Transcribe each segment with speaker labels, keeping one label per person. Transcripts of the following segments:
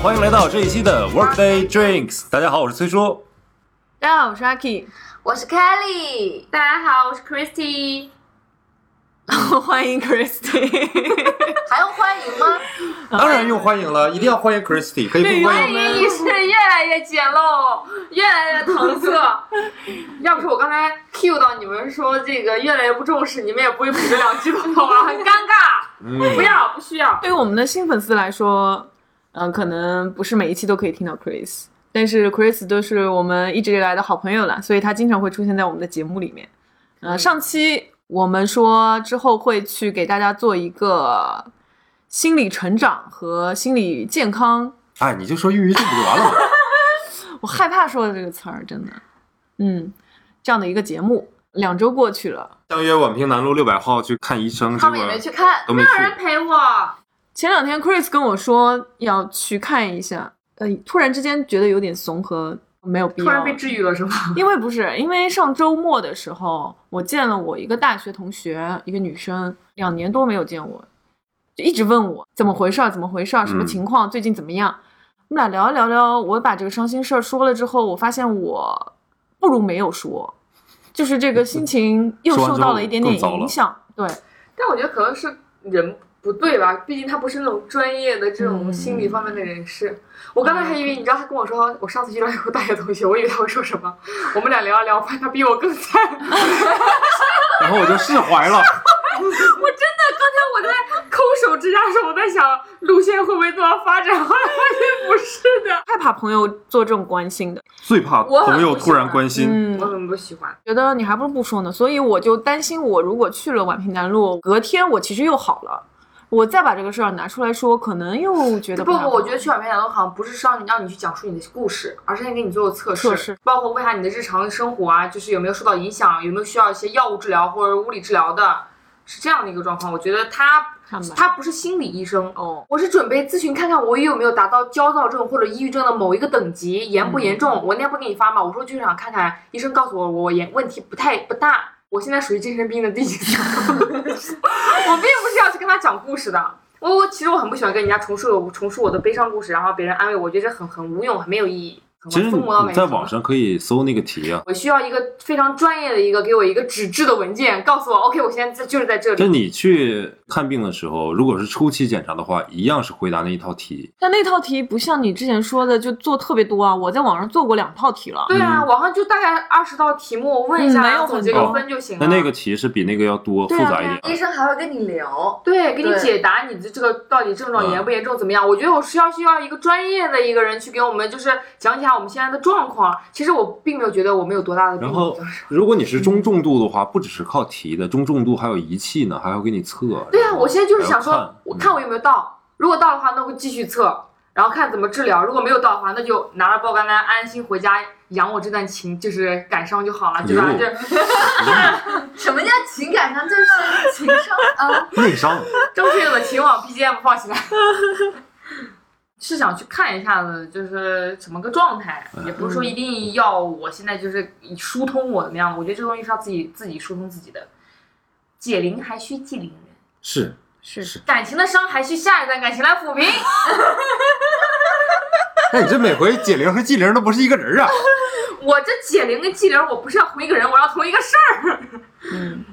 Speaker 1: 欢迎来到这一期的 Workday Drinks。大家好，我是崔叔。
Speaker 2: 大家好，我是 Aki，
Speaker 3: 我是 Kelly，
Speaker 4: 大家好，我是 Christy。
Speaker 2: 欢迎 Christy。
Speaker 3: 还用欢迎吗？
Speaker 1: 当然用欢迎了，一定要欢迎 Christy，可以不欢
Speaker 4: 欢
Speaker 1: 迎？
Speaker 4: 迎意识哎越来越简陋，越来越搪 塞。要不是我刚才 Q 到你们说这个越来越不重视，你们也不会补这两句头了，很尴尬。不
Speaker 1: 嗯，
Speaker 4: 要，不需要。
Speaker 2: 对于我们的新粉丝来说，嗯、可能不是每一期都可以听到 Chris，但是 Chris 都是我们一直以来的好朋友了，所以他经常会出现在我们的节目里面。
Speaker 4: 嗯
Speaker 2: 呃，上期我们说之后会去给大家做一个心理成长和心理健康，
Speaker 1: 哎，你就说抑郁症不就完了吗？
Speaker 2: 我害怕说的这个词儿，真的，嗯，这样的一个节目，两周过去了。
Speaker 1: 相约宛平南路六百号去看医生，结
Speaker 3: 他
Speaker 1: 果
Speaker 3: 们也没去看，
Speaker 1: 都没
Speaker 4: 没有人
Speaker 1: 去。
Speaker 4: 陪我，
Speaker 2: 前两天 Chris 跟我说要去看一下，呃，突然之间觉得有点怂和没有必
Speaker 4: 突然
Speaker 2: 要
Speaker 4: 被，治愈了是吗？
Speaker 2: 因为不是因为上周末的时候，我见了我一个大学同学，一个女生，两年多没有见我，就一直问我怎么回事儿，怎么回事儿，什么
Speaker 1: 嗯
Speaker 2: 情况，最近怎么样？我们俩聊一聊聊，我把这个伤心事儿说了之后，我发现我不如没有说，就是这个心情又
Speaker 1: 说完
Speaker 2: 受
Speaker 1: 之后
Speaker 2: 到了一点点
Speaker 1: 更糟了
Speaker 2: 影响，对。
Speaker 4: 但我觉得可能是人不对吧，毕竟他不是那种专业的这种心理方面的人士。我刚才还以为你知道他跟我说，我上次遇到一个大学同学，我以为他会说什么，我们俩聊一啊聊，发现他比我更惨。 我真的
Speaker 1: 然后我就释怀了。
Speaker 4: 刚才我在抠手指甲的时候，我在想路线会不会这么发展，后来发现不是的，
Speaker 2: 害怕朋友做这种关心的，
Speaker 1: 最怕
Speaker 4: 我很
Speaker 1: 朋友
Speaker 4: 不
Speaker 1: 突然
Speaker 4: 喜欢
Speaker 1: 关心，
Speaker 2: 嗯
Speaker 4: 我很不喜欢。
Speaker 2: 觉得你还不如不说呢，所以我就担心，我如果去了宛平南路，隔天我其实又好了，我再把这个事儿拿出来说，可能又觉得
Speaker 4: 不不
Speaker 2: 太好，
Speaker 4: 我觉得去晚培养都好像不是让你让你去讲述你的故事，而是先给你做测试，
Speaker 2: 测试
Speaker 4: 包括问一下你的日常生活啊，就是有没有受到影响，有没有需要一些药物治疗或者物理治疗的，是这样的一个状况。我觉得他
Speaker 2: 看吧
Speaker 4: 他不是心理医生，
Speaker 2: 哦，
Speaker 4: 我是准备咨询看看我有没有达到焦躁症或者抑郁症的某一个等级，严不
Speaker 1: 嗯
Speaker 4: 严重。我那天不给你发嘛，我说就想看看医生告诉我我严问题不太不大，我现在属于精神病的第几层。 我并不是要去跟他讲故事的。我我其实我很不喜欢跟人家重述我重述我的悲伤故事，然后别人安慰我，我觉得这很很无用，很没有意义。很
Speaker 1: 其实你
Speaker 4: 疯魔到没
Speaker 1: 你嗯在
Speaker 4: 什么
Speaker 1: 网上可以搜那个题啊，
Speaker 4: 我需要一个非常专业的一个给我一个纸质的文件，告诉我 OK，我现在在就是在这
Speaker 1: 就
Speaker 4: 里。
Speaker 1: 你去看病的时候，如果是初期检查的话，一样是回答那一套题。
Speaker 2: 但那套题不像你之前说的就做特别多啊，我在网上做过两套题了，
Speaker 4: 对啊，
Speaker 1: 嗯
Speaker 4: 网上就大概二十道题目，我问
Speaker 2: 嗯
Speaker 4: 一
Speaker 2: 没
Speaker 4: 下，
Speaker 2: 有
Speaker 4: 总
Speaker 2: 很
Speaker 4: 结个
Speaker 1: 多
Speaker 4: 分就行
Speaker 1: 那
Speaker 4: 了。
Speaker 1: 那个题是比那个要多复
Speaker 2: 对啊
Speaker 1: 杂一
Speaker 2: 对啊
Speaker 1: 点。
Speaker 3: 医生还会跟你聊。
Speaker 4: 对，给你
Speaker 3: 对
Speaker 4: 解答你的这个到底症状
Speaker 1: 嗯
Speaker 4: 严不严重，怎么样？我觉得我需要需要一个专业的一个人去给我们就是讲解一下我们现在的状况。其实我并没有觉得我们有多大的病
Speaker 1: 然后
Speaker 4: 就是
Speaker 1: 如果你是中重度的话，不只是靠题的，中重度还有仪器呢，还要给你测。
Speaker 4: 对
Speaker 1: 然
Speaker 4: 啊，
Speaker 1: 后嗯
Speaker 4: 我现在就是
Speaker 1: 还要
Speaker 4: 想说，我看我有没有到，如果到的话，那我继续测，然后看怎么治疗；如果没有到的话，那就拿着爆肝丹安心回家养我这段情，就是感伤就好了，对吧？
Speaker 1: 哟
Speaker 4: 这
Speaker 3: 什么叫情感上就是情商啊？
Speaker 1: 嗯内伤，
Speaker 4: 正确的请往 BGM 放起来。是想去看一下子，就是什么个状态，
Speaker 1: 嗯
Speaker 4: 也不是说一定要我现在就是疏通我怎么样，我觉得这东西是要自己自己疏通自己的。解铃还需系铃人，
Speaker 1: 是
Speaker 2: 是
Speaker 4: 感情的伤还需下一段感情来抚平。
Speaker 1: 哎，你这每回解铃和系铃都不是一个人啊！
Speaker 4: 我这解铃跟系铃，我不是要同一个人，我要同一个事儿。
Speaker 2: 嗯，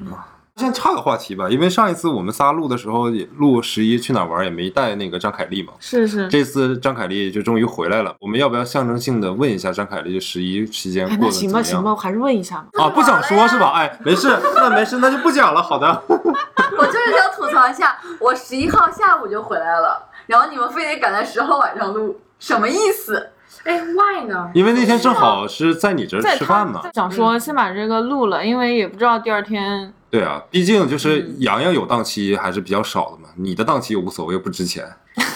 Speaker 1: 先岔个话题吧，因为上一次我们仨录的时候，也录十一去哪儿玩也没带那个张凯丽嘛。
Speaker 2: 是是，
Speaker 1: 这次张凯丽就终于回来了，我们要不要象征性的问一下张凯丽十一期间
Speaker 2: 哎，
Speaker 1: 过
Speaker 2: 那
Speaker 1: 得怎
Speaker 2: 行
Speaker 1: 么
Speaker 2: 吧
Speaker 1: 样？
Speaker 2: 行吧，我还是问一下吧，
Speaker 1: 啊，不想说是吧？哎，没事，那没事，那就不讲了。好的，
Speaker 3: 我就是想吐槽一下，我十一号下午就回来了，然后你们非得赶在十号晚上录，什么意思？
Speaker 4: 哎，why 呢？
Speaker 1: 因为那天正好是在你这儿
Speaker 2: 在
Speaker 1: 吃饭嘛
Speaker 2: 他。想
Speaker 4: 嗯
Speaker 2: 说先把这个录了，因为也不知道第二天，
Speaker 1: 对啊，毕竟就是
Speaker 2: 嗯
Speaker 1: 洋洋有档期还是比较少的嘛，你的档期又无所谓，又不值钱，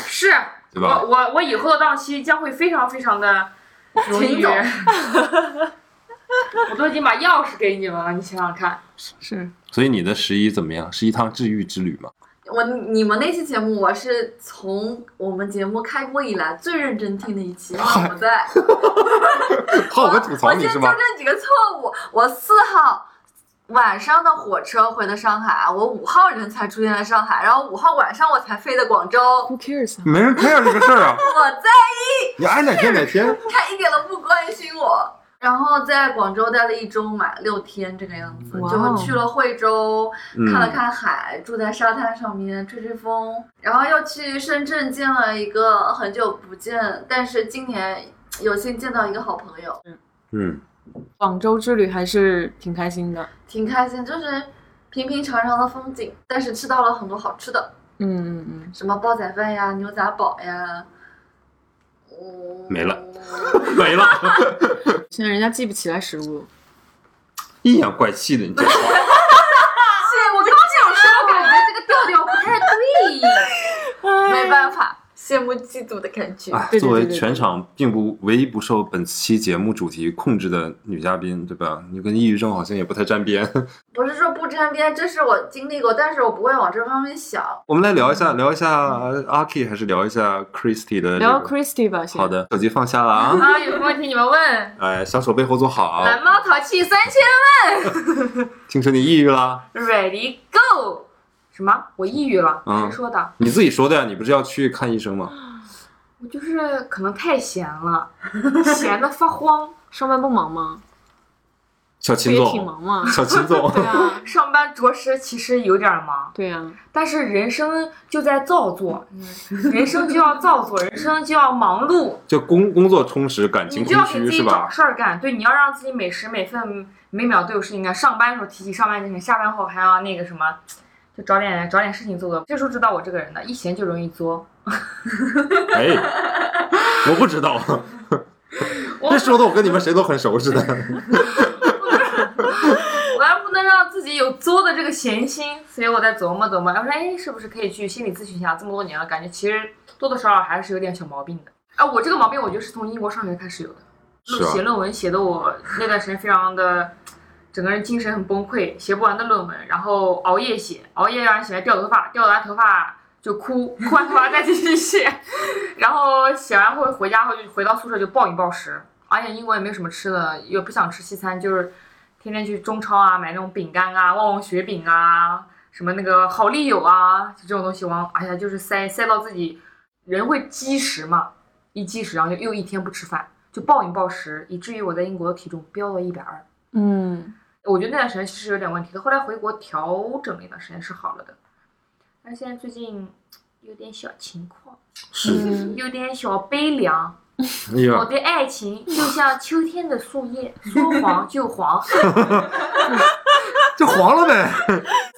Speaker 4: 是
Speaker 1: 对吧
Speaker 2: 啊
Speaker 4: 我我我以后的档期将会非常非常的容易
Speaker 3: 秦总。
Speaker 4: 我都已经把钥匙给你们了，你想想看。
Speaker 2: 是
Speaker 1: 所以你的十一怎么样？是一趟治愈之旅 嘛？
Speaker 3: 我你们那期节目，我是从我们节目开播以来最认真听的一期，因为我在。
Speaker 1: 怕我们吐槽你是吧
Speaker 3: 我先纠？正几个错误，我四号晚上的火车回的上海，我五号人才出现在上海，然后五号晚上我才飞的广州。
Speaker 2: Who cares 啊？
Speaker 1: 没人 care 这个事儿啊！
Speaker 3: 我在
Speaker 1: 你爱哪天哪 天。
Speaker 3: 他一点都不关心我。然后在广州待了一周嘛，六天这个样子，
Speaker 2: 哇哦
Speaker 3: 就去了惠州，
Speaker 1: 嗯
Speaker 3: 看了看海，住在沙滩上面吹吹风，然后又去深圳见了一个很久不见，但是今年有幸见到一个好朋友，
Speaker 1: 嗯，
Speaker 2: 广州之旅还是挺开心的。
Speaker 3: 挺开心，就是平平常常的风景，但是吃到了很多好吃的，
Speaker 2: 嗯嗯嗯，
Speaker 3: 什么煲仔饭呀、牛杂煲呀，嗯，
Speaker 1: 没了。 没了，
Speaker 2: 现在人家记不起来食物。
Speaker 1: 阴阳怪气的 你这话。
Speaker 4: 哎我刚想说，感觉这个调调不太对。
Speaker 2: 哎
Speaker 3: 没办法，羡慕嫉妒的感觉。
Speaker 1: 哎，
Speaker 2: 对对对
Speaker 1: 作为
Speaker 2: 对对
Speaker 1: 全场并不唯一不受本期节目主题控制的女嘉宾，对吧？你跟抑郁症好像也不太沾边。
Speaker 3: 不是说不沾边，这是我经历过，但是我不会往这方面想。
Speaker 1: 我们来聊一下，聊一下阿 K，还是聊一下 Christy 的、这个？
Speaker 2: 聊 Christy 吧，先
Speaker 1: 好。的，手机放下了 啊！
Speaker 4: 啊，有什么问题你们问。
Speaker 1: 哎，小手背后坐好啊！
Speaker 4: 蓝猫淘气三千
Speaker 1: 听说你抑郁啦？
Speaker 4: 问，Ready Go。什么？我抑郁了？
Speaker 1: 嗯
Speaker 4: 谁说的？
Speaker 1: 你自己说的呀，你不是要去看医生吗？
Speaker 4: 我就是可能太闲了， 闲的发慌。
Speaker 2: 上班不忙吗？
Speaker 1: 小
Speaker 2: 这
Speaker 1: 秦
Speaker 2: 也挺忙
Speaker 1: 总，
Speaker 2: 嘛。
Speaker 1: 小秦总，
Speaker 2: 对啊，
Speaker 4: 上班着实其实有点忙，
Speaker 2: 对啊，
Speaker 4: 但是人生就在造作，人生就要造 作，人生就要忙碌，
Speaker 1: 就工工作充实，感情
Speaker 4: 你
Speaker 1: 空
Speaker 4: 就要给
Speaker 1: 虚
Speaker 4: 自己
Speaker 1: 是
Speaker 4: 找
Speaker 1: 吧？
Speaker 4: 事儿干，对，你要让自己每时每分每秒都有事情干。上班的时候提起上班精神，下班后还要那个什么，就找点找点事情做做。这时候知道我这个人的，一闲就容易作。
Speaker 1: 哎，我不知道，
Speaker 4: 我
Speaker 1: 这说的我跟你们谁都很熟似的。
Speaker 4: 我还不能让自己有作的这个闲心，所以我在琢磨琢磨，我说哎，是不是可以去心理咨询一下？这么多年了，感觉其实多多少少还是有点小毛病的。哎、我这个毛病，我觉得是从英国上学开始有的。
Speaker 1: 是啊
Speaker 4: 写论文写的我那段时间非常的，整个人精神很崩溃，写不完的论文，然后熬夜写，熬夜让人起来掉头发，掉完头发就哭，哭完头发再继续写， 然后写完后回家后就回到宿舍就暴饮暴食，而且英国也没有什么吃的，也不想吃西餐，就是天天去中超啊买那种饼干啊、旺旺雪饼啊、什么那个好丽友啊，就这种东西往，而且就是塞塞到自己人会积食嘛，一积食然后就又一天不吃饭，就暴饮暴食，以至于我在英国的体重飙到一百二。
Speaker 2: 嗯，
Speaker 4: 我觉得那段时间其实有点问题的，后来回国调整了一段时间是好了的，但是现在最近有点小情况，
Speaker 1: 是，啊
Speaker 2: 嗯
Speaker 4: 有点小悲凉。
Speaker 1: 哎
Speaker 4: 我
Speaker 1: 呀，
Speaker 4: 对爱情就像秋天的树叶，说黄就黄，
Speaker 1: 就黄了呗。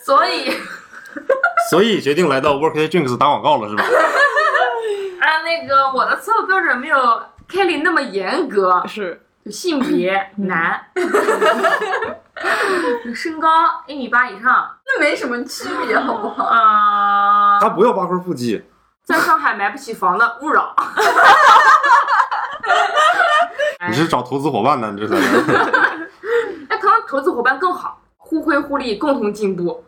Speaker 4: 所以
Speaker 1: 所以决定来到 Work a Drinks 打广告了是吧？
Speaker 4: 按那个我的择偶标准没有 Kelly 那么严格，
Speaker 2: 是
Speaker 4: 就 性别男， 身高一米八以上，
Speaker 3: 那没什么区别，好不好？
Speaker 4: 啊、
Speaker 1: 他不要八块腹肌，
Speaker 4: 在上海买不起房的勿扰。
Speaker 1: 你是找投资伙伴呢？你这是？
Speaker 4: 那可能投资伙伴更好，互惠互利，共同进步。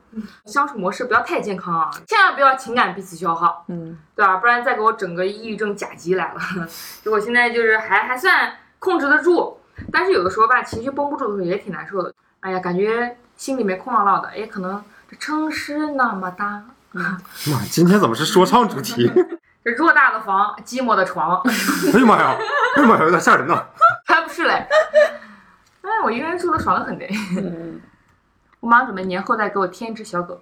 Speaker 4: 相处模式不要太健康啊，千万不要情感彼此消耗。
Speaker 2: 嗯，
Speaker 4: 对吧、不然再给我整个抑郁症甲级来了。 就我现在就是还还算控制得住，但是有的时候吧，情绪绷不住的时候也挺难受的。哎呀，感觉心里面空落落的，哎也可能这城市那么大，
Speaker 1: 妈，今天怎么是说唱主题？
Speaker 4: 这偌大的房，寂寞的床，
Speaker 1: 哎呀妈呀，哎呀妈呀，有点吓人呐！
Speaker 4: 还不是嘞？ 哎，我一个人住的爽得很嘞。
Speaker 2: 嗯
Speaker 4: 我马上准备年后再给我添一只小狗。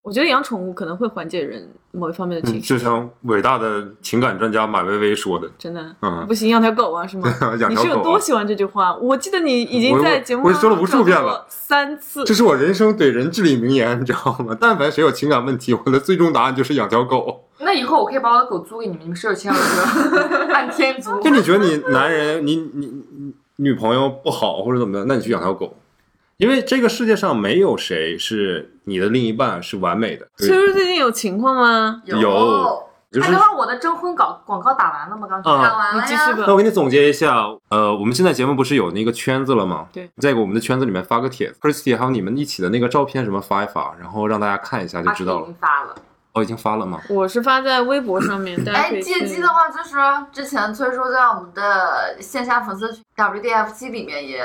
Speaker 2: 我觉得养宠物可能会缓解人某一方面的情
Speaker 1: 嗯，
Speaker 2: 绪，
Speaker 1: 就像伟大的情感专家马薇薇说的，
Speaker 2: 真的。
Speaker 1: 嗯，
Speaker 2: 不行，养条狗啊，是吗？
Speaker 1: 养
Speaker 2: 你
Speaker 1: 条
Speaker 2: 是有
Speaker 1: 狗
Speaker 2: 多
Speaker 1: 啊，哎
Speaker 2: 喜欢这句话？我记得你已经
Speaker 1: 我
Speaker 2: 在节目
Speaker 1: 我
Speaker 2: 上
Speaker 1: 说了无数遍了
Speaker 2: 讲过三 次
Speaker 1: 这。是我人生怼人至理名言，你知道吗？但凡谁有情感问题，我的最终答案就是养条狗。
Speaker 4: 那以后我可以把我的狗租给你们，你们是有钱有 车，按天租。哎
Speaker 1: 就你觉得你男人，你你你女朋友不好或者怎么的，那你去养条狗，因为这个世界上没有谁是你的另一半是完美的。
Speaker 2: 崔叔最近有情况吗？
Speaker 1: 有就
Speaker 4: 哎，
Speaker 1: 是
Speaker 4: 刚刚我的征婚稿广告打完了吗？刚才。
Speaker 1: 啊
Speaker 3: 打完
Speaker 2: 你
Speaker 3: 了
Speaker 2: 继续
Speaker 3: 呀，
Speaker 1: 那我
Speaker 2: 吧。
Speaker 1: 给你总结一下，呃，我们现在节目不是有那个圈子了吗？
Speaker 2: 对，
Speaker 1: 在我们的圈子里面发个帖子，Christy 还有你们一起的那个照片什么发一发，然后让大家看一下就
Speaker 4: 阿
Speaker 1: 知
Speaker 4: 已
Speaker 1: 道了。
Speaker 4: 经发了。
Speaker 1: 哦，已经发了吗？
Speaker 2: 我是发在微博 上面，大家可
Speaker 3: 哎，
Speaker 2: 以
Speaker 3: 借机
Speaker 2: 去
Speaker 3: 的。话，就是之前崔叔在我们的线下粉丝群 WDFC 里面也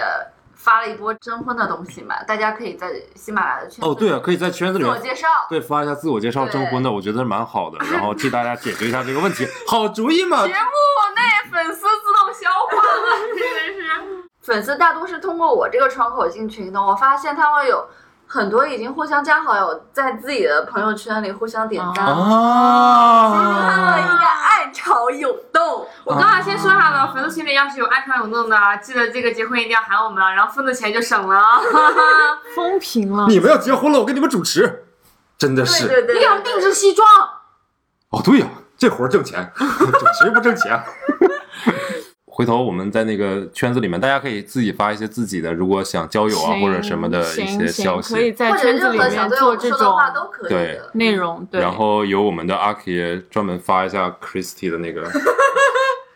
Speaker 3: 发了一波征婚的东西嘛，大家可以在喜马拉雅的圈子
Speaker 1: 哦，对啊，可以在圈子
Speaker 3: 自
Speaker 1: 里
Speaker 3: 我
Speaker 1: 面
Speaker 3: 介绍。
Speaker 1: 对发一下自我介绍征婚的，我觉得蛮好的，然后替大家解决一下这个问题，好主意嘛
Speaker 3: 节！目内粉丝粉丝大多是通过我这个窗口进群的。我发现他们有很多已经互相加好友，在自己的朋友圈里互相点赞，
Speaker 2: 啊
Speaker 3: 他们应
Speaker 1: 啊，
Speaker 3: 该爱潮涌
Speaker 2: 啊
Speaker 3: 动。
Speaker 4: 我刚才先说下了，粉丝群里要是有暗潮涌动的，记得这个结婚一定要喊我们啊，然后分的钱就省了啊。
Speaker 2: 风平了。
Speaker 1: 你们要结婚了，我给你们主持，真的
Speaker 3: 对
Speaker 1: 是
Speaker 3: 对对，
Speaker 4: 你给我们定制西装，
Speaker 1: 哦，对呀、这活儿挣钱，主持不挣钱。回头我们在那个圈子里面，大家可以自己发一些自己的，如果想交友啊
Speaker 2: 行
Speaker 1: 或者什么的一
Speaker 2: 行
Speaker 1: 些
Speaker 2: 行
Speaker 1: 消
Speaker 2: 可以
Speaker 1: 息。
Speaker 2: 在
Speaker 3: 或者
Speaker 2: 圈子里
Speaker 3: 任何想
Speaker 2: 面
Speaker 3: 对
Speaker 2: 做
Speaker 3: 我
Speaker 2: 这
Speaker 3: 说的
Speaker 2: 种
Speaker 3: 话都可以
Speaker 1: 对
Speaker 3: 的。
Speaker 2: 内容，对，
Speaker 1: 然后由我们的阿 K 专门发一下 Christy 的那个，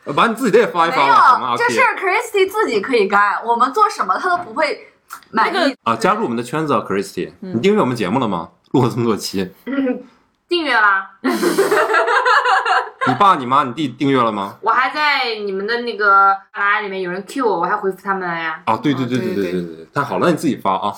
Speaker 1: 呃把你自己的也发一
Speaker 3: 没
Speaker 1: 发吧，好吗？
Speaker 3: 有，
Speaker 1: 阿
Speaker 3: 这
Speaker 1: K
Speaker 3: 事儿 Christy 自己可以干，我们做什么他都不会满
Speaker 2: 那
Speaker 3: 意
Speaker 2: 个。
Speaker 1: 啊，加入我们的圈子啊，Christy，你订阅我们节目了吗？录了这么多期，
Speaker 4: 订阅啦。
Speaker 1: 你爸、你妈、你弟订阅了吗？
Speaker 4: 我还在你们的那个大拉里面有人 Q 我，我还回复他们了呀。
Speaker 1: 啊，对对
Speaker 2: 啊
Speaker 1: 对
Speaker 2: 对
Speaker 1: 对
Speaker 2: 对
Speaker 1: 对对，太好了，你自己发啊，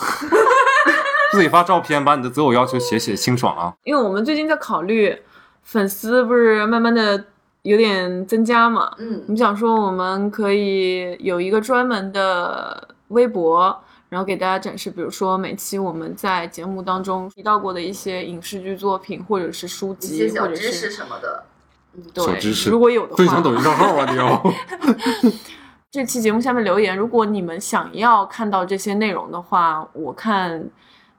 Speaker 1: 自己发照片，把你的择偶要求写写清爽啊。
Speaker 2: 因为我们最近在考虑，粉丝不是慢慢的有点增加嘛，
Speaker 3: 嗯
Speaker 2: 我，们想说我们可以有一个专门的微博，然后给大家展示，比如说每期我们在节目当中提到过的一些影视剧作品，或者是书
Speaker 3: 一些
Speaker 2: 籍，
Speaker 3: 小
Speaker 2: 或者
Speaker 3: 知识
Speaker 2: 是
Speaker 3: 什么的。
Speaker 1: 小
Speaker 2: 对
Speaker 1: 知识
Speaker 2: 如果有的话，
Speaker 1: 分享抖音账号啊，你要。
Speaker 2: 这期节目下面留言，如果你们想要看到这些内容的话，我看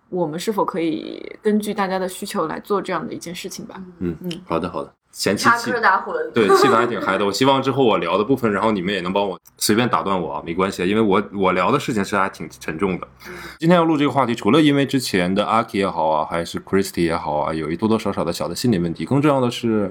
Speaker 2: 我们是否可以根据大家的需求来做这样的一件事情吧。
Speaker 3: 嗯
Speaker 1: 好的，好的，前期
Speaker 3: 插
Speaker 1: 气
Speaker 3: 科打诨了，
Speaker 1: 对气氛还挺嗨的。我希望之后我聊的部分，然后你们也能帮我随便打断我啊，没关系，因为我我聊的事情是还挺沉重的。今天要录这个话题，除了因为之前的阿 K 也好啊，还是 Christy 也好啊，有一多多少少的小的心理问题，更重要的是。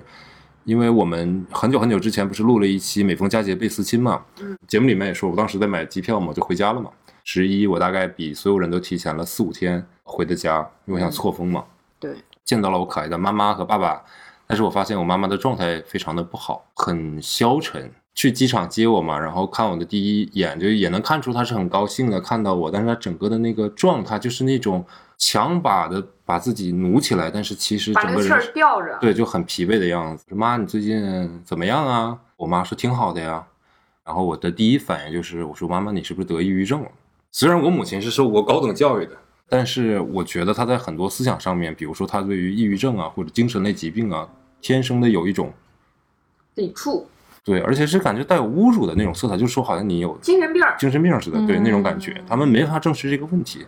Speaker 1: 因为我们很久很久之前不是录了一期《每逢佳节倍思亲》嘛，节目里面也说，我当时在买机票嘛，我就回家了嘛。十一我大概比所有人都提前了四五天回的家，因为我
Speaker 4: 嗯
Speaker 1: 想错峰嘛。
Speaker 2: 对，
Speaker 1: 见到了我可爱的妈妈和爸爸，但是我发现我妈妈的状态非常的不好，很消沉。去机场接我嘛，然后看我的第一眼就也能看出她是很高兴的看到我，但是她整个的那个状态就是那种强把的把自己努起来，但是其实
Speaker 4: 把
Speaker 1: 整
Speaker 4: 那
Speaker 1: 个
Speaker 4: 个
Speaker 1: 人
Speaker 4: 气儿
Speaker 1: 是
Speaker 4: 吊着。
Speaker 1: 对，就很疲惫的样子。妈，你最近怎么样啊？我妈说挺好的呀。然后我的第一反应就是，我说妈妈，你是不是得抑郁症了？虽然我母亲是受过高等教育的，但是我觉得她在很多思想上面，比如说她对于抑郁症啊或者精神类疾病啊，天生的有一种
Speaker 4: 抵触，
Speaker 1: 对，而且是感觉带有侮辱的那种色彩，就是说好像你有
Speaker 4: 精神病儿。
Speaker 1: 精神病似的，对那种感觉，他们没法正视这个问题。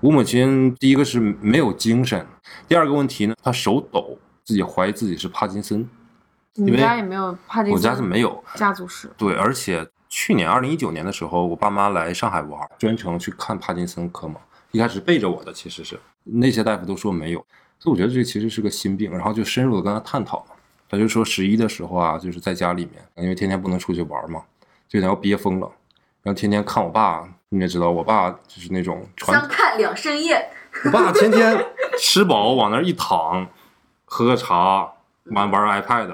Speaker 1: 我母亲第一个是没有精神，第二个问题呢，她手抖，自己怀疑自己是帕金森，
Speaker 2: 你
Speaker 1: 因
Speaker 2: 们
Speaker 1: 为
Speaker 2: 家也没有帕金
Speaker 1: 我
Speaker 2: 森？
Speaker 1: 家是没有。
Speaker 2: 家族史。
Speaker 1: 对，而且去年二零一九年的时候，我爸妈来上海玩，专程去看帕金森科嘛。一开始背着我的，其实是那些大夫都说没有，所以我觉得这其实是个心病。然后就深入的跟他探讨嘛，他就说十一的时候啊，就是在家里面，因为天天不能出去玩嘛，就有点要憋疯了。然后天天看我爸，你也知道，我爸就是那种传
Speaker 3: 相看两生厌。
Speaker 1: 我爸天天吃饱往那儿一躺，喝个茶，玩玩 iPad，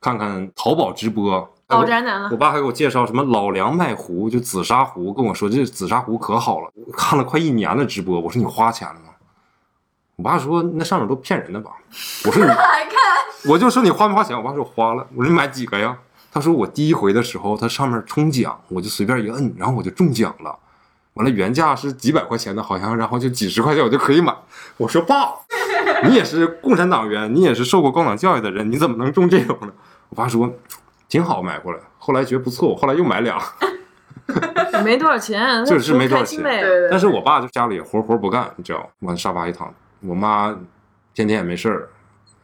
Speaker 1: 看看淘宝直播。
Speaker 2: 老哦宅男啊
Speaker 3: 啊
Speaker 2: 了
Speaker 1: 呃我爸还给我介绍什么老梁麦糊，就紫砂壶，跟我说这紫砂壶可好了，我看了快一年的直播。我说你花钱了吗？我爸说那上面都骗人的吧。我说你
Speaker 3: 来看，
Speaker 1: 我就说你花没花钱？我爸说花了。我说你买几个呀？他说我第一回的时候，它上面冲奖，我就随便一摁，然后我就中奖了。完了，原价是几百块钱的，好像，然后就几十块钱我就可以买。我说爸，你也是共产党员，你也是受过高等教育的人，你怎么能中这种呢？我爸说挺好，买回来。后来觉得不错，我后来又买俩。
Speaker 2: 也没多少钱，
Speaker 1: 这是没多少
Speaker 2: 开心
Speaker 1: 钱
Speaker 2: 呗
Speaker 4: 对
Speaker 1: 但
Speaker 4: 对，
Speaker 1: 是我爸就家里活活不干，你知道，往沙发一躺。我妈天天也没事儿，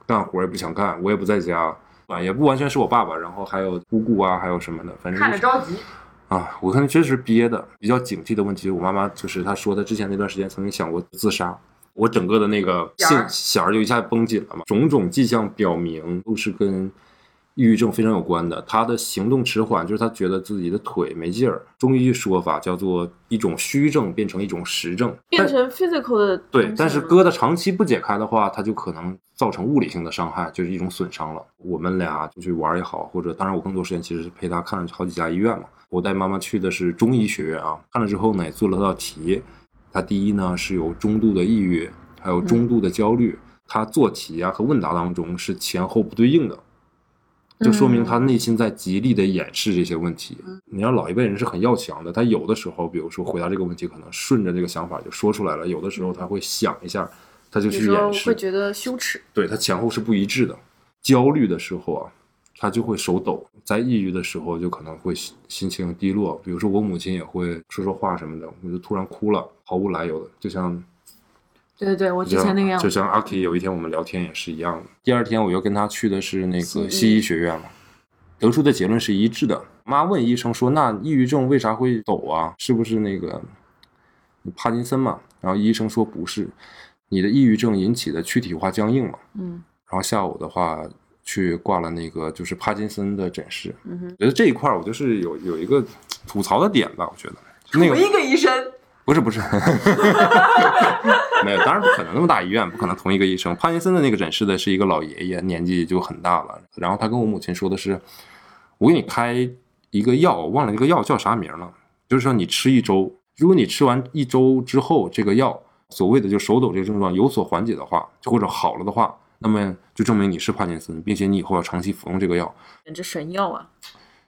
Speaker 1: 干活也不想干，我也不在家，啊，也不完全是我爸爸，然后还有姑姑啊，还有什么的，反正
Speaker 4: 看
Speaker 1: 就
Speaker 4: 着
Speaker 1: 是
Speaker 4: 着急。
Speaker 1: 啊，我看确实是憋的。比较警惕的问题，我妈妈就是她说她之前那段时间曾经想过自杀。我整个的那个
Speaker 4: 弦
Speaker 1: 性
Speaker 4: 儿
Speaker 1: 弦儿就一下绷紧了嘛，种种迹象表明都是跟抑郁症非常有关的。她的行动迟缓，就是她觉得自己的腿没劲儿。中医说法叫做一种虚症变成一种实症，
Speaker 2: 变
Speaker 1: 但
Speaker 2: 成 physical 的东西
Speaker 1: 对
Speaker 2: 了，
Speaker 1: 但是疙瘩长期不解开的话，它就可能造成物理性的伤害，就是一种损伤了。我们俩出去玩也好，或者当然我更多时间其实是陪她看了好几家医院嘛。我带妈妈去的是中医学院啊，看了之后呢也做了道题，她第一呢是有中度的抑郁，还有中度的焦虑，她做题啊和问答当中是前后不对应的。就
Speaker 2: 嗯
Speaker 1: 说
Speaker 5: 嗯
Speaker 1: 明他内心在极力的掩饰这些问题
Speaker 3: 嗯。
Speaker 1: 你让老一辈人是很要强的，他有的时候，比如说回答这个问题，可能顺着这个想法就说出来了；有的时候他会想一下，他就
Speaker 5: 嗯有
Speaker 1: 去
Speaker 5: 时候
Speaker 1: 掩饰
Speaker 5: 会。觉得羞耻，
Speaker 1: 对他前后是不一致的。焦虑的时候啊，他就会手抖；在抑郁的时候，就可能会心心情低落。比如说我母亲也会说说话什么的，我就突然哭了，毫无来由的，就像
Speaker 2: 对对对，我之
Speaker 1: 就
Speaker 2: 前
Speaker 1: 像
Speaker 2: 那个样
Speaker 1: 就
Speaker 2: 子，
Speaker 1: 像阿 K 有一天我们聊天也是一样的。第二天我又跟他去的是那
Speaker 5: 西
Speaker 1: 个
Speaker 5: 医
Speaker 1: 西医学院了，得出的结论是一致的。妈问医生说：“那抑郁症为啥会抖啊？是不是那个帕金森嘛？”然后医生说：“不是，你的抑郁症引起的躯体化僵硬嘛。”
Speaker 2: 嗯
Speaker 1: 然后下午的话去挂了那个就是帕金森的诊室，
Speaker 2: 嗯哼，
Speaker 1: 觉得这一块儿我就是有有一个吐槽的点吧，我觉得那
Speaker 4: 同
Speaker 1: 个
Speaker 4: 一个医生，
Speaker 1: 不是不是， 没有，当然不可能那么大医院，不可能同一个医生。帕金森的那个诊室的是一个老爷爷，年纪就很大了。然后他跟我母亲说的是，我给你开一个药，我忘了这个药叫啥名了，就是说你吃一周，如果你吃完一周之后，这个药所谓的就手抖这个症状有所缓解的话，就或者好了的话，那么就证明你是帕金森，并且你以后要长期服用这个药。
Speaker 2: 简直神药啊！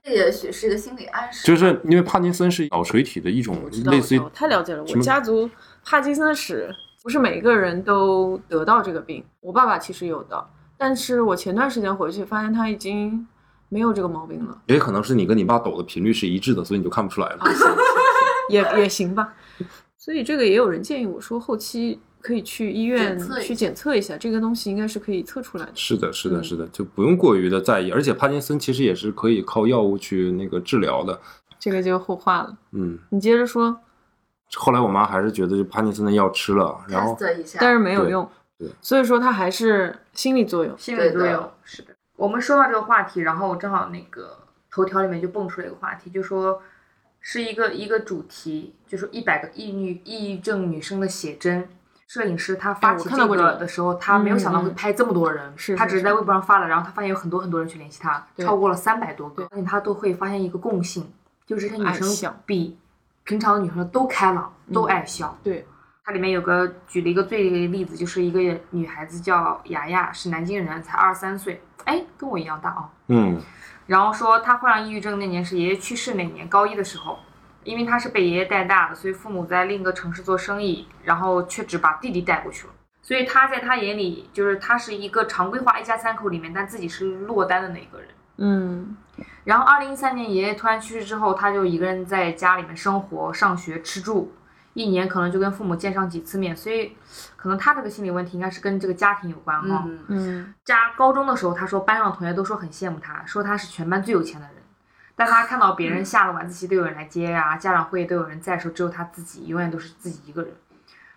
Speaker 3: 这也许是一个心理暗示。
Speaker 1: 就是因为帕金森是脑垂体的一种
Speaker 2: 我知道，
Speaker 1: 类似于
Speaker 2: 我知道太了解了。
Speaker 1: 什
Speaker 2: 我
Speaker 1: 么
Speaker 2: 家族帕金森史不是每个人都得到这个病，我爸爸其实有的，但是我前段时间回去发现他已经没有这个毛病了，
Speaker 1: 也可能是你跟你爸抖的频率是一致的，所以你就看不出来了。
Speaker 2: 啊，行行行 也也行吧。所以这个也有人建议我说，后期可以去医院
Speaker 3: 检测一下
Speaker 2: 去检测一下，这个东西应该是可以测出来的。
Speaker 1: 是的，是的，
Speaker 2: 嗯
Speaker 1: 是的，就不用过于的在意。而且帕金森其实也是可以靠药物去那个治疗的。
Speaker 2: 这个就后话了，
Speaker 1: 嗯，
Speaker 2: 你接着说，
Speaker 1: 后来我妈还是觉得就帕金森的药吃了，然后
Speaker 3: test 一下，
Speaker 2: 但是没有
Speaker 1: 对
Speaker 2: 用
Speaker 1: 对，
Speaker 2: 所以说它还是心理作用。
Speaker 4: 心
Speaker 3: 对
Speaker 4: 理
Speaker 3: 的
Speaker 4: 作用。是的，我们说到这个话题，然后正好那个头条里面就蹦出了一个话题，就说是一个一个主题，就说一百个抑郁抑郁症女生的写真。摄影师他
Speaker 2: 哎
Speaker 4: 发
Speaker 2: 我
Speaker 4: 起
Speaker 2: 看到
Speaker 4: 这
Speaker 2: 过这
Speaker 4: 个
Speaker 2: 个
Speaker 4: 的时候，他没有想到会
Speaker 2: 嗯嗯
Speaker 4: 拍这么多人，
Speaker 2: 是
Speaker 4: 他
Speaker 2: 是
Speaker 4: 只是
Speaker 2: 是
Speaker 4: 在微博上发了，然后他发现有很多很多人去联系他，
Speaker 2: 对
Speaker 4: 超过了三百多个，而且他都会发现一个共性，就是这些女
Speaker 2: 爱笑
Speaker 4: 生比平常的女生都开朗，都
Speaker 2: 嗯
Speaker 4: 爱笑。
Speaker 2: 对，
Speaker 4: 它里面有个举了一个最例子，就是一个女孩子叫雅雅，是南京人，才二十三岁，哎，跟我一样大哦。
Speaker 1: 嗯，
Speaker 4: 然后说她患上抑郁症那年是爷爷去世那年，高一的时候，因为她是被爷爷带大的，所以父母在另一个城市做生意，然后却只把弟弟带过去了。所以她在她眼里，就是她是一个常规化一家三口里面，但自己是落单的那一个人。
Speaker 2: 嗯，
Speaker 4: 然后二零一三年爷爷突然去世之后，他就一个人在家里面生活、上学、吃住，一年可能就跟父母见上几次面，所以可能他这个心理问题应该是跟这个家庭有关哈、
Speaker 3: 嗯，
Speaker 2: 嗯，
Speaker 4: 家高中的时候，他说班上同学都说很羡慕他，说他是全班最有钱的人，但他看到别人下了晚自习都有人来接啊，家长会都有人在的时候，只有他自己永远都是自己一个人。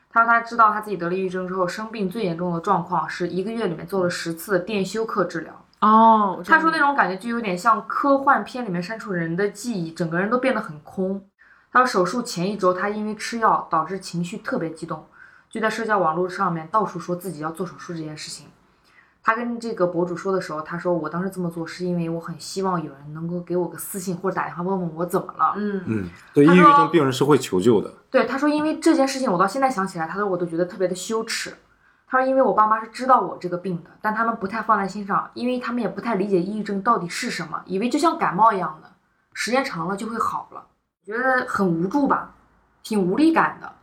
Speaker 4: 他说他知道他自己得了抑郁症之后，生病最严重的状况是一个月里面做了十次的电休克治疗。
Speaker 2: 哦，我知道
Speaker 4: 他说那种感觉就有点像科幻片里面删除人的记忆，整个人都变得很空。他说手术前一周，他因为吃药导致情绪特别激动，就在社交网络上面到处说自己要做手术这件事情。他跟这个博主说的时候，他说我当时这么做是因为我很希望有人能够给我个私信或者打电话问问我怎么了。
Speaker 3: 嗯，
Speaker 1: 嗯，对，抑
Speaker 4: 他
Speaker 1: 郁
Speaker 4: 说
Speaker 1: 症病人是会求救的。
Speaker 4: 对，他说因为这件事情，我到现在想起来，他说我都觉得特别的羞耻。他说因为我爸妈是知道我这个病的，但他们不太放在心上，因为他们也不太理解抑郁症到底是什么，以为就像感冒一样的，时间长了就会好了。觉得很无助吧，挺无力感的，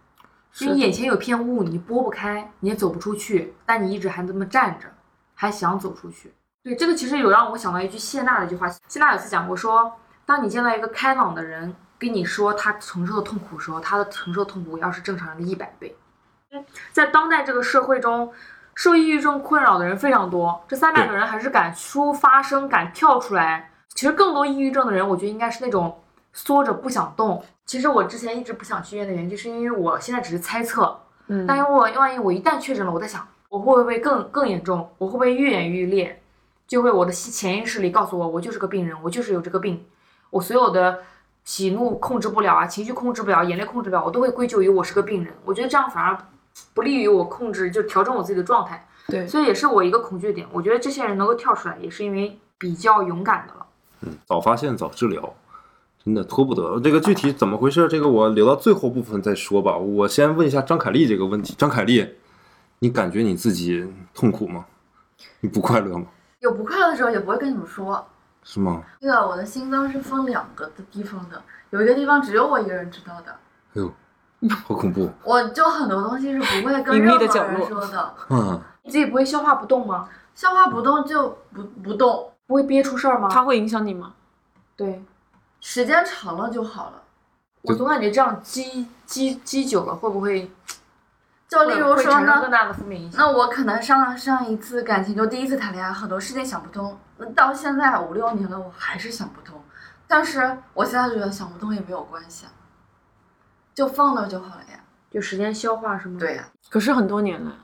Speaker 4: 因为眼前有片雾，你拨不开，你也走不出去，但你一直还这么站着，还想走出去。对，这个其实有让我想到一句谢娜的一句话，谢娜有次讲过说，当你见到一个开朗的人跟你说他承受的痛苦的时候，他的承受痛苦要是正常人的一百倍。在当代这个社会中，受抑郁症困扰的人非常多，这三百种人还是敢出发声、敢跳出来。其实更多抑郁症的人，我觉得应该是那种缩着不想动。其实我之前一直不想去医院的原因，就是因为我现在只是猜测，
Speaker 2: 嗯，
Speaker 4: 但因为我万一我一旦确诊了，我在想我会不会更更严重，我会不会愈演愈烈，就会我的心潜意识里告诉我，我就是个病人，我就是有这个病，我所有的喜怒控制不了啊，情绪控制不了，眼泪控制不了，我都会归咎于我是个病人。我觉得这样反而不利于我控制，就调整我自己的状态，
Speaker 2: 对，
Speaker 4: 所以也是我一个恐惧点。我觉得这些人能够跳出来，也是因为比较勇敢的了。
Speaker 1: 嗯，早发现早治疗，真的拖不得。这个具体怎么回事，这个我留到最后部分再说吧。我先问一下张凯丽这个问题，张凯丽，你感觉你自己痛苦吗？你不快乐吗？
Speaker 3: 有不快乐的时候也不会跟你们说，
Speaker 1: 是吗？
Speaker 3: 对啊，我的心脏是分两个的地方的，有一个地方只有我一个人知道的，
Speaker 1: 哎呦，好恐怖！
Speaker 3: 我就很多东西是不会跟
Speaker 2: 隐秘
Speaker 3: 任何
Speaker 2: 的角
Speaker 3: 人
Speaker 2: 落
Speaker 3: 说的，
Speaker 1: 嗯，
Speaker 4: 你自己不会消化不动吗？
Speaker 3: 消化不动就不不动，
Speaker 4: 不会憋出事儿吗？
Speaker 2: 它会影响你吗？
Speaker 4: 对，
Speaker 3: 时间长了就好了。
Speaker 4: 我总感觉这样积积积久了，会不会
Speaker 3: 就例如
Speaker 4: 会
Speaker 3: 说
Speaker 4: 产生更
Speaker 3: 呢，
Speaker 4: 大的负面影响？
Speaker 3: 那我可能上上一次感情就第一次谈恋爱，很多事情想不通，到现在五六年了，我还是想不通。但是我现在觉得想不通也没有关系啊，就放那就好了呀。
Speaker 4: 就时间消化是吗？
Speaker 3: 对，呀、
Speaker 2: 可是很多年了，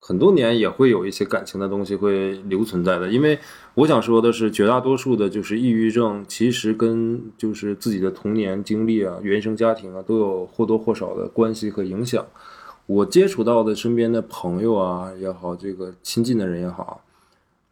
Speaker 1: 很多年也会有一些感情的东西会留存在的，因为我想说的是，绝大多数的就是抑郁症，其实跟就是自己的童年经历啊、原生家庭啊，都有或多或少的关系和影响。我接触到的身边的朋友啊也好，这个亲近的人也好，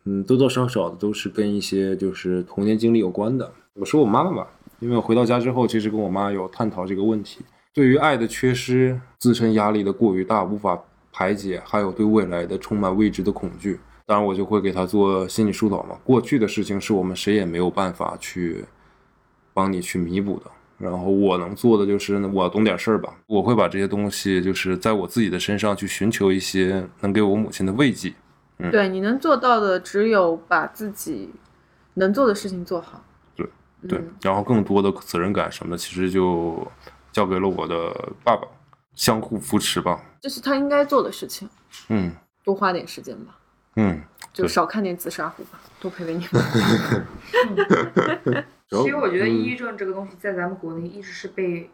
Speaker 1: 嗯，多多少少的都是跟一些就是童年经历有关的。我说我妈妈吧，因为我回到家之后，其实跟我妈有探讨这个问题。对于爱的缺失、自身压力的过于大无法排解，还有对未来的充满未知的恐惧，当然我就会给他做心理疏导嘛。过去的事情是我们谁也没有办法去帮你去弥补的。然后我能做的就是，我懂点事儿吧，我会把这些东西就是在我自己的身上去寻求一些能给我母亲的慰藉。
Speaker 2: 对，你能做到的只有把自己能做的事情做好。
Speaker 1: 对对
Speaker 2: 嗯，
Speaker 1: 然后更多的责任感什么的，其实就交给了我的爸爸，相互扶持吧。
Speaker 2: 这是他应该做的事情，
Speaker 1: 嗯
Speaker 2: 多花点时间吧，
Speaker 1: 嗯，
Speaker 2: 就
Speaker 1: 对
Speaker 2: 少看点自杀虎吧，多陪陪你。
Speaker 4: 其实我觉得抑
Speaker 1: 一
Speaker 4: 郁症这个东西在咱们国内一直是被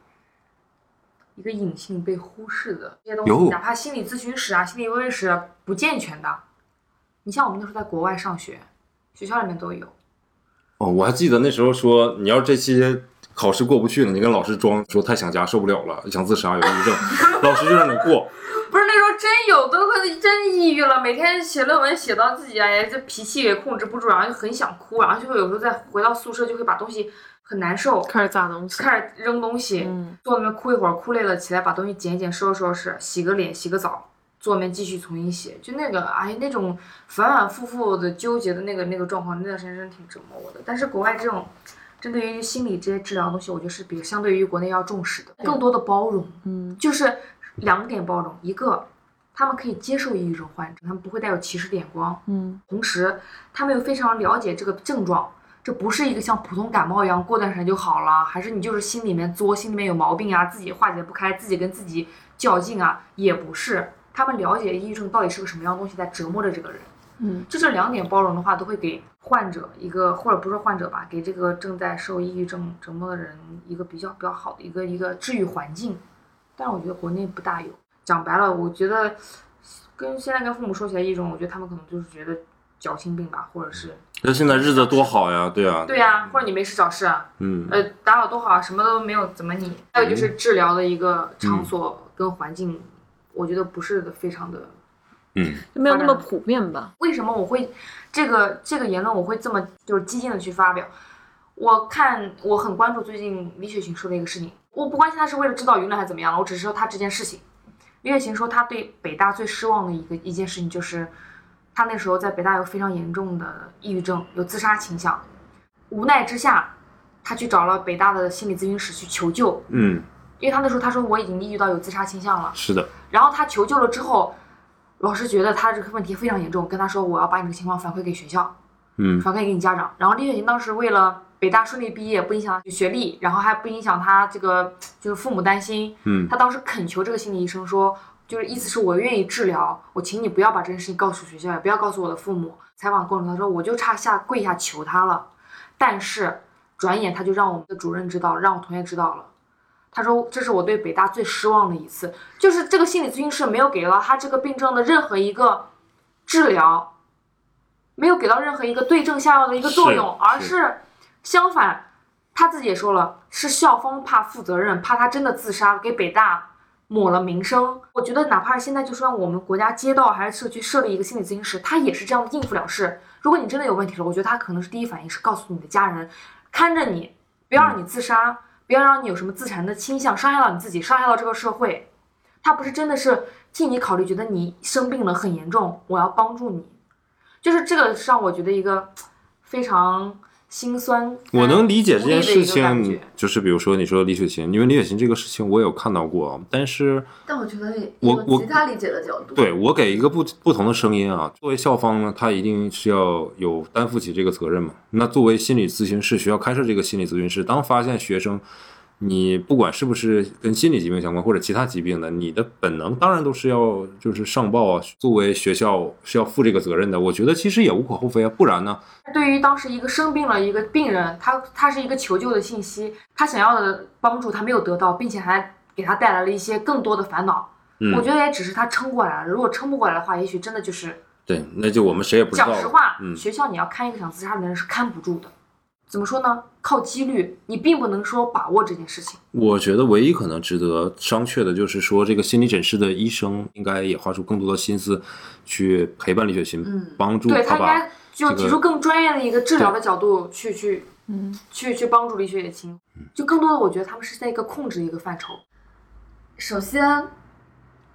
Speaker 4: 一个隐性被忽视的，这些东
Speaker 1: 有
Speaker 4: 西哪怕心理咨询室啊、心理卫室啊不健全的。你像我们那时候在国外上学，学校里面都有。
Speaker 1: 哦，我还记得那时候说，你要是这期考试过不去了，你跟老师装说太想家受不了了， 想自杀有抑郁 症，老师就让你过。
Speaker 4: 不是那时候真有，都快真抑郁了，每天写论文写到自己哎，这脾气也控制不住，然后就很想哭，然后就会有时候再回到宿舍就会把东西很难受，
Speaker 2: 开始砸东西，
Speaker 4: 开始扔东西，
Speaker 2: 嗯，
Speaker 4: 坐那边哭一会儿，哭累了起来把东西捡一捡，收拾收拾，洗个脸，洗个澡，坐那边继续重新写，就那个哎那种反反复复的纠结的那个那个状况，那段时间真的挺折磨我的。但是国外这种针对于心理这些治疗的东西，我觉得是比相对于国内要重视的，更多的包容，
Speaker 2: 嗯，
Speaker 4: 就是两点包容，一个他们可以接受抑郁症患者，他们不会带有歧视的眼光，
Speaker 2: 嗯，
Speaker 4: 同时，他们又非常了解这个症状，这不是一个像普通感冒一样过段时间就好了，还是你就是心里面作，心里面有毛病啊，自己化解不开，自己跟自己较劲啊，也不是。他们了解抑郁症到底是个什么样的东西在折磨着这个人，
Speaker 2: 嗯，
Speaker 4: 就这两点包容的话，都会给患者一个，或者不是患者吧，给这个正在受抑郁症折磨的人一个比较比较好的一个一个治愈环境。但是我觉得国内不大有。讲白了，我觉得跟现在跟父母说起来抑郁症，我觉得他们可能就是觉得矫情病吧，或者是
Speaker 1: 那现在日子多好呀，对啊，
Speaker 4: 对呀、或者你没事找事啊，
Speaker 1: 嗯，
Speaker 4: 呃，打扰多好啊，什么都没有，怎么你？还有就是治疗的一个场所跟环境，我觉得不是的非常的。
Speaker 1: 嗯
Speaker 2: 就没有那么普遍吧。
Speaker 4: 为什么我会这个这个言论我会这么就是激进的去发表？我看我很关注最近李雪琴说的一个事情，我不关心她是为了知道舆论还是怎么样了，我只是说她这件事情。李雪琴说她对北大最失望的一个一件事情就是，她那时候在北大有非常严重的抑郁症，有自杀倾向，无奈之下，她去找了北大的心理咨询室去求救，
Speaker 1: 嗯，
Speaker 4: 因为她那时候她说我已经抑郁到有自杀倾向了。
Speaker 1: 是的，
Speaker 4: 然后他求救了之后，老师觉得他这个问题非常严重，跟他说我要把你这个情况反馈给学校，
Speaker 1: 嗯
Speaker 4: 反馈给你家长。然后李雪琴当时为了北大顺利毕业，不影响学历，然后还不影响他这个就是父母担心，
Speaker 1: 嗯
Speaker 4: 他当时恳求这个心理医生说，就是意思是我愿意治疗，我请你不要把这件事情告诉学校，也不要告诉我的父母。采访过程中，他说我就差下跪下求他了，但是转眼他就让我们的主任知道了，让我同学知道了。他说：“这是我对北大最失望的一次，就是这个心理咨询室没有给到他这个病症的任何一个治疗，没有给到任何一个对症下药的一个作
Speaker 1: 是
Speaker 4: 用，而
Speaker 1: 是
Speaker 4: 是相反，他自己也说了，是校方怕负责任，怕他真的自杀，给北大抹了名声。我觉得哪怕是现在，就算我们国家街道还是社区设立一个心理咨询室，他也是这样应付了事。如果你真的有问题了，我觉得他可能是第一反应是告诉你的家人，看着你，不要
Speaker 1: 嗯
Speaker 4: 让你自杀，不要让你有什么自残的倾向，伤害到你自己，伤害到这个社会。他不是真的是替你考虑，觉得你生病了很严重，我要帮助你。就是这个是让我觉得一个非常心酸。
Speaker 1: 我能理解这件事
Speaker 4: 无力的一个
Speaker 1: 情
Speaker 4: 感觉，
Speaker 1: 就是比如说你说李雪琴，因为李雪琴这个事情我有看到过，但是
Speaker 3: 但我觉得也
Speaker 1: 我
Speaker 3: 有
Speaker 1: 我
Speaker 3: 其他理解的角度，
Speaker 1: 对我给一个不不同的声音啊，作为校方呢，他一定是要有担负起这个责任嘛。那作为心理咨询室，学校开设这个心理咨询室，当发现学生你不管是不是跟心理疾病相关或者其他疾病的，你的本能当然都是要就是上报啊。作为学校是要负这个责任的，我觉得其实也无可厚非啊，不然呢？
Speaker 4: 对于当时一个生病了一个病人，他他是一个求救的信息，他想要的帮助他没有得到，并且还给他带来了一些更多的烦恼。
Speaker 1: 嗯
Speaker 4: 我觉得也只是他撑过来了，如果撑不过来的话，也许真的就是
Speaker 1: 对，那就我们谁也不知道
Speaker 4: 讲
Speaker 1: 了。
Speaker 4: 实话，
Speaker 1: 嗯，
Speaker 4: 学校你要看一个想自杀的人是看不住的。怎么说呢？靠几率，你并不能说把握这件事情。
Speaker 1: 我觉得唯一可能值得商榷的就是说，这个心理诊室的医生应该也花出更多的心思去陪伴李雪琴，
Speaker 3: 嗯
Speaker 1: 帮助
Speaker 4: 对
Speaker 1: 她
Speaker 4: 他应
Speaker 1: 把
Speaker 4: 该就提出更专业的一个治疗的角度去去
Speaker 2: 嗯，
Speaker 4: 去去帮助李雪也清。
Speaker 1: 嗯
Speaker 4: 就更多的，我觉得他们是在一个控制的一个范畴。
Speaker 3: 首先，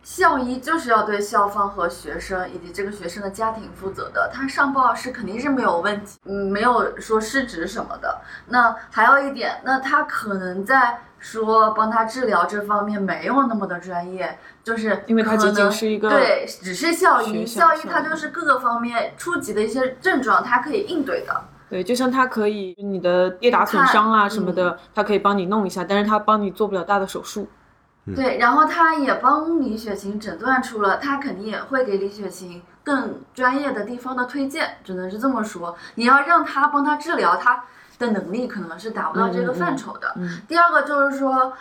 Speaker 3: 校医就是要对校方和学生以及这个学生的家庭负责的，他上报是肯定是没有问题，嗯，没有说失职什么的。那还有一点，那他可能在说帮他治疗这方面没有那么的专业，就是
Speaker 2: 因为他
Speaker 3: 可
Speaker 2: 仅仅
Speaker 3: 能
Speaker 2: 是一个
Speaker 3: 对，只是校
Speaker 2: 学
Speaker 3: 医，
Speaker 2: 校
Speaker 3: 校医他
Speaker 2: 上
Speaker 3: 就是各个方面初级的一些症状，他可以应对的。
Speaker 2: 对，就像他可以你的跌打损伤啊什么的，他可以帮你弄一下，但是他帮你做不了大的手术。嗯
Speaker 3: 对，然后他也帮李雪琴诊断出了，他肯定也会给李雪琴更专业的地方的推荐，只能是这么说。你要让他帮他治疗，他的能力可能是达不到这个范畴的。
Speaker 2: 嗯
Speaker 3: 第二个就是说，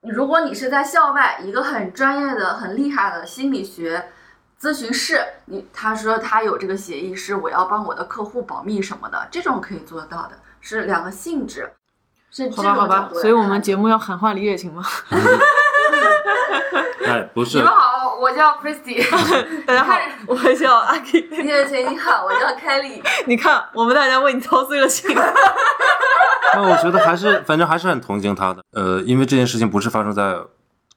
Speaker 3: 如果你是在校外一个很专业的、很厉害的心理学咨询室，你他说他有这个协议是我要帮我的客户保密什么的，这种可以做到的，是两个性质。是
Speaker 2: 好吧，
Speaker 3: 这种
Speaker 2: 好
Speaker 3: 角
Speaker 2: 吧
Speaker 3: 度，来
Speaker 2: 所以我
Speaker 3: 看
Speaker 2: 们
Speaker 3: 的
Speaker 2: 节目要喊话李雪 琴嘛。
Speaker 1: 哎，不
Speaker 4: 你
Speaker 1: 是
Speaker 4: 们，好，我叫 Christy，
Speaker 2: 大家好，我叫阿 K。
Speaker 3: 李雪琴你好，我叫 Kelly。
Speaker 2: 你看，我们大家为你操碎了 心。
Speaker 1: 那我觉得还是，反正还是很同情她的。呃，因为这件事情不是发生在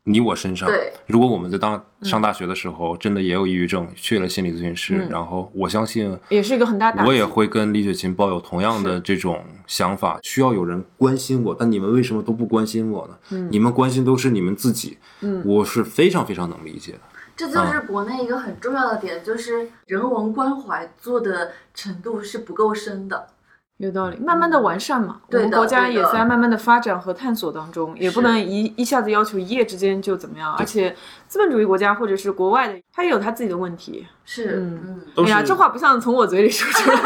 Speaker 1: 你我身上。
Speaker 3: 对，
Speaker 1: 如果我们在当上大学的时候，真的也有抑郁症，去了心理咨询室，
Speaker 2: 嗯
Speaker 1: 然后我相信
Speaker 2: 也是一个很大的打击
Speaker 1: 我也会跟李雪琴抱有同样的这种想法，需要有人关心我，但你们为什么都不关心我呢？
Speaker 2: 嗯
Speaker 1: 你们关心都是你们自己，
Speaker 2: 嗯
Speaker 1: 我是非常非常能理解的。
Speaker 3: 这就是国内一个很重要的点，就是人文关怀做的程度是不够深的。
Speaker 2: 有道理，慢慢的完善嘛。我
Speaker 3: 对的
Speaker 2: 们国家
Speaker 3: 对
Speaker 2: 也
Speaker 3: 的
Speaker 2: 在慢慢的发展和探索当中，也不
Speaker 3: 是
Speaker 2: 能一一下子要求一夜之间就怎么样。而且资本主义国家或者是国外的，它也有它自己的问题。
Speaker 3: 是，
Speaker 2: 嗯
Speaker 3: 嗯，
Speaker 1: 都
Speaker 2: 哎
Speaker 1: 是、
Speaker 2: 呀，这话不像从我嘴里说出 来，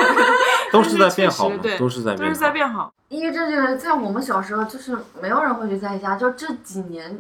Speaker 1: 都是在变好
Speaker 2: 确
Speaker 1: 嘛
Speaker 2: 实，对
Speaker 1: 都是在
Speaker 2: 都
Speaker 1: 变
Speaker 2: 是在
Speaker 1: 好。
Speaker 2: 变好。
Speaker 3: 因为这个在我们小时候就是没有人会去在意家，就这几年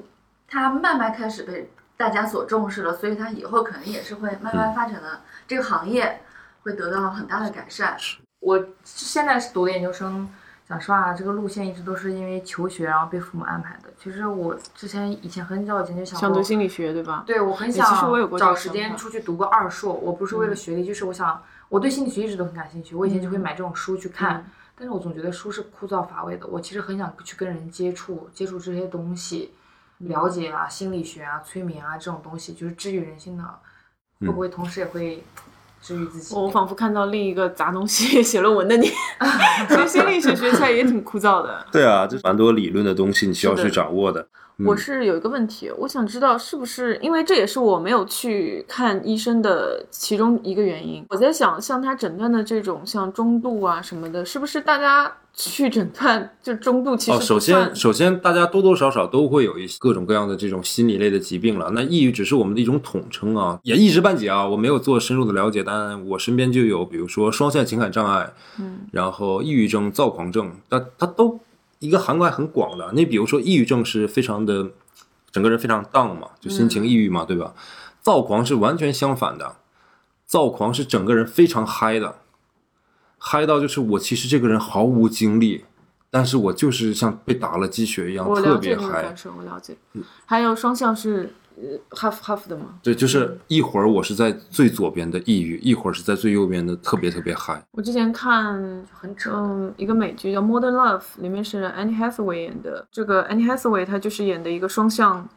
Speaker 3: 它慢慢开始被大家所重视了，所以它以后可能也是会慢
Speaker 2: 嗯
Speaker 3: 慢发展的，这个行业会得到很大的改善。
Speaker 4: 我现在是读的研究生。讲实话，这个路线一直都是因为求学，然后被父母安排的。其实我之前以前很早以前就想
Speaker 2: 想读
Speaker 4: 过，
Speaker 2: 心理学，对吧？
Speaker 4: 对我很
Speaker 2: 其实我有
Speaker 4: 想
Speaker 2: 过这
Speaker 4: 找
Speaker 2: 个
Speaker 4: 时
Speaker 2: 想
Speaker 4: 间
Speaker 2: 法嗯
Speaker 4: 出去读个二硕。我不是为了学历，就是我想我对心理学一直都很感兴趣。我以前就会买这种书去
Speaker 2: 嗯
Speaker 4: 看，但是我总觉得书是枯燥乏味的。我其实很想去跟人接触，接触这些东西，
Speaker 2: 嗯
Speaker 4: 了解啊心理学啊、催眠啊这种东西，就是治愈人心的。
Speaker 2: 嗯
Speaker 4: 会不会同时也会治愈自己？
Speaker 2: 我仿佛看到另一个砸东西写论文 的你，其实心理学学起来也挺枯燥的。
Speaker 1: 对啊，这蛮多理论的东西你需要
Speaker 2: 是的
Speaker 1: 去掌握的。
Speaker 2: 我是有一个问题，我想知道是不是因为这也是我没有去看医生的其中一个原因。我在想，像他诊断的这种像中度啊什么的，是不是大家去诊断就中度其实
Speaker 1: 哦，
Speaker 2: 不
Speaker 1: 首
Speaker 2: 算
Speaker 1: 先，首先大家多多少少都会有一些各种各样的这种心理类的疾病了。那抑郁只是我们的一种统称啊，也一知半解啊。我没有做深入的了解，但我身边就有，比如说双向情感障碍，
Speaker 2: 嗯，
Speaker 1: 然后抑郁症、躁狂症，那它都一个涵盖很广的。你比如说，抑郁症是非常的，整个人非常 down 嘛，就心情抑郁嘛，对吧？躁狂是完全相反的，躁狂是整个人非常嗨的，嗨到就是我其实这个人毫无精力，但是我就是像被打了鸡血一样，
Speaker 2: 我
Speaker 1: 特
Speaker 2: 了解
Speaker 1: 别嗯
Speaker 2: 这个
Speaker 1: 嗨
Speaker 2: 感。受，我了解。还有双向是呃 half half 的吗？
Speaker 1: 对，就是一会儿我是在最左边的抑郁，一会儿是在最右边的特别特别嗨。
Speaker 2: 我之前看
Speaker 4: 很扯。
Speaker 2: 嗯，一个美剧叫《Modern Love》，里面是 Anne Hathaway 演的。这个 Anne Hathaway 她就是演的一个双向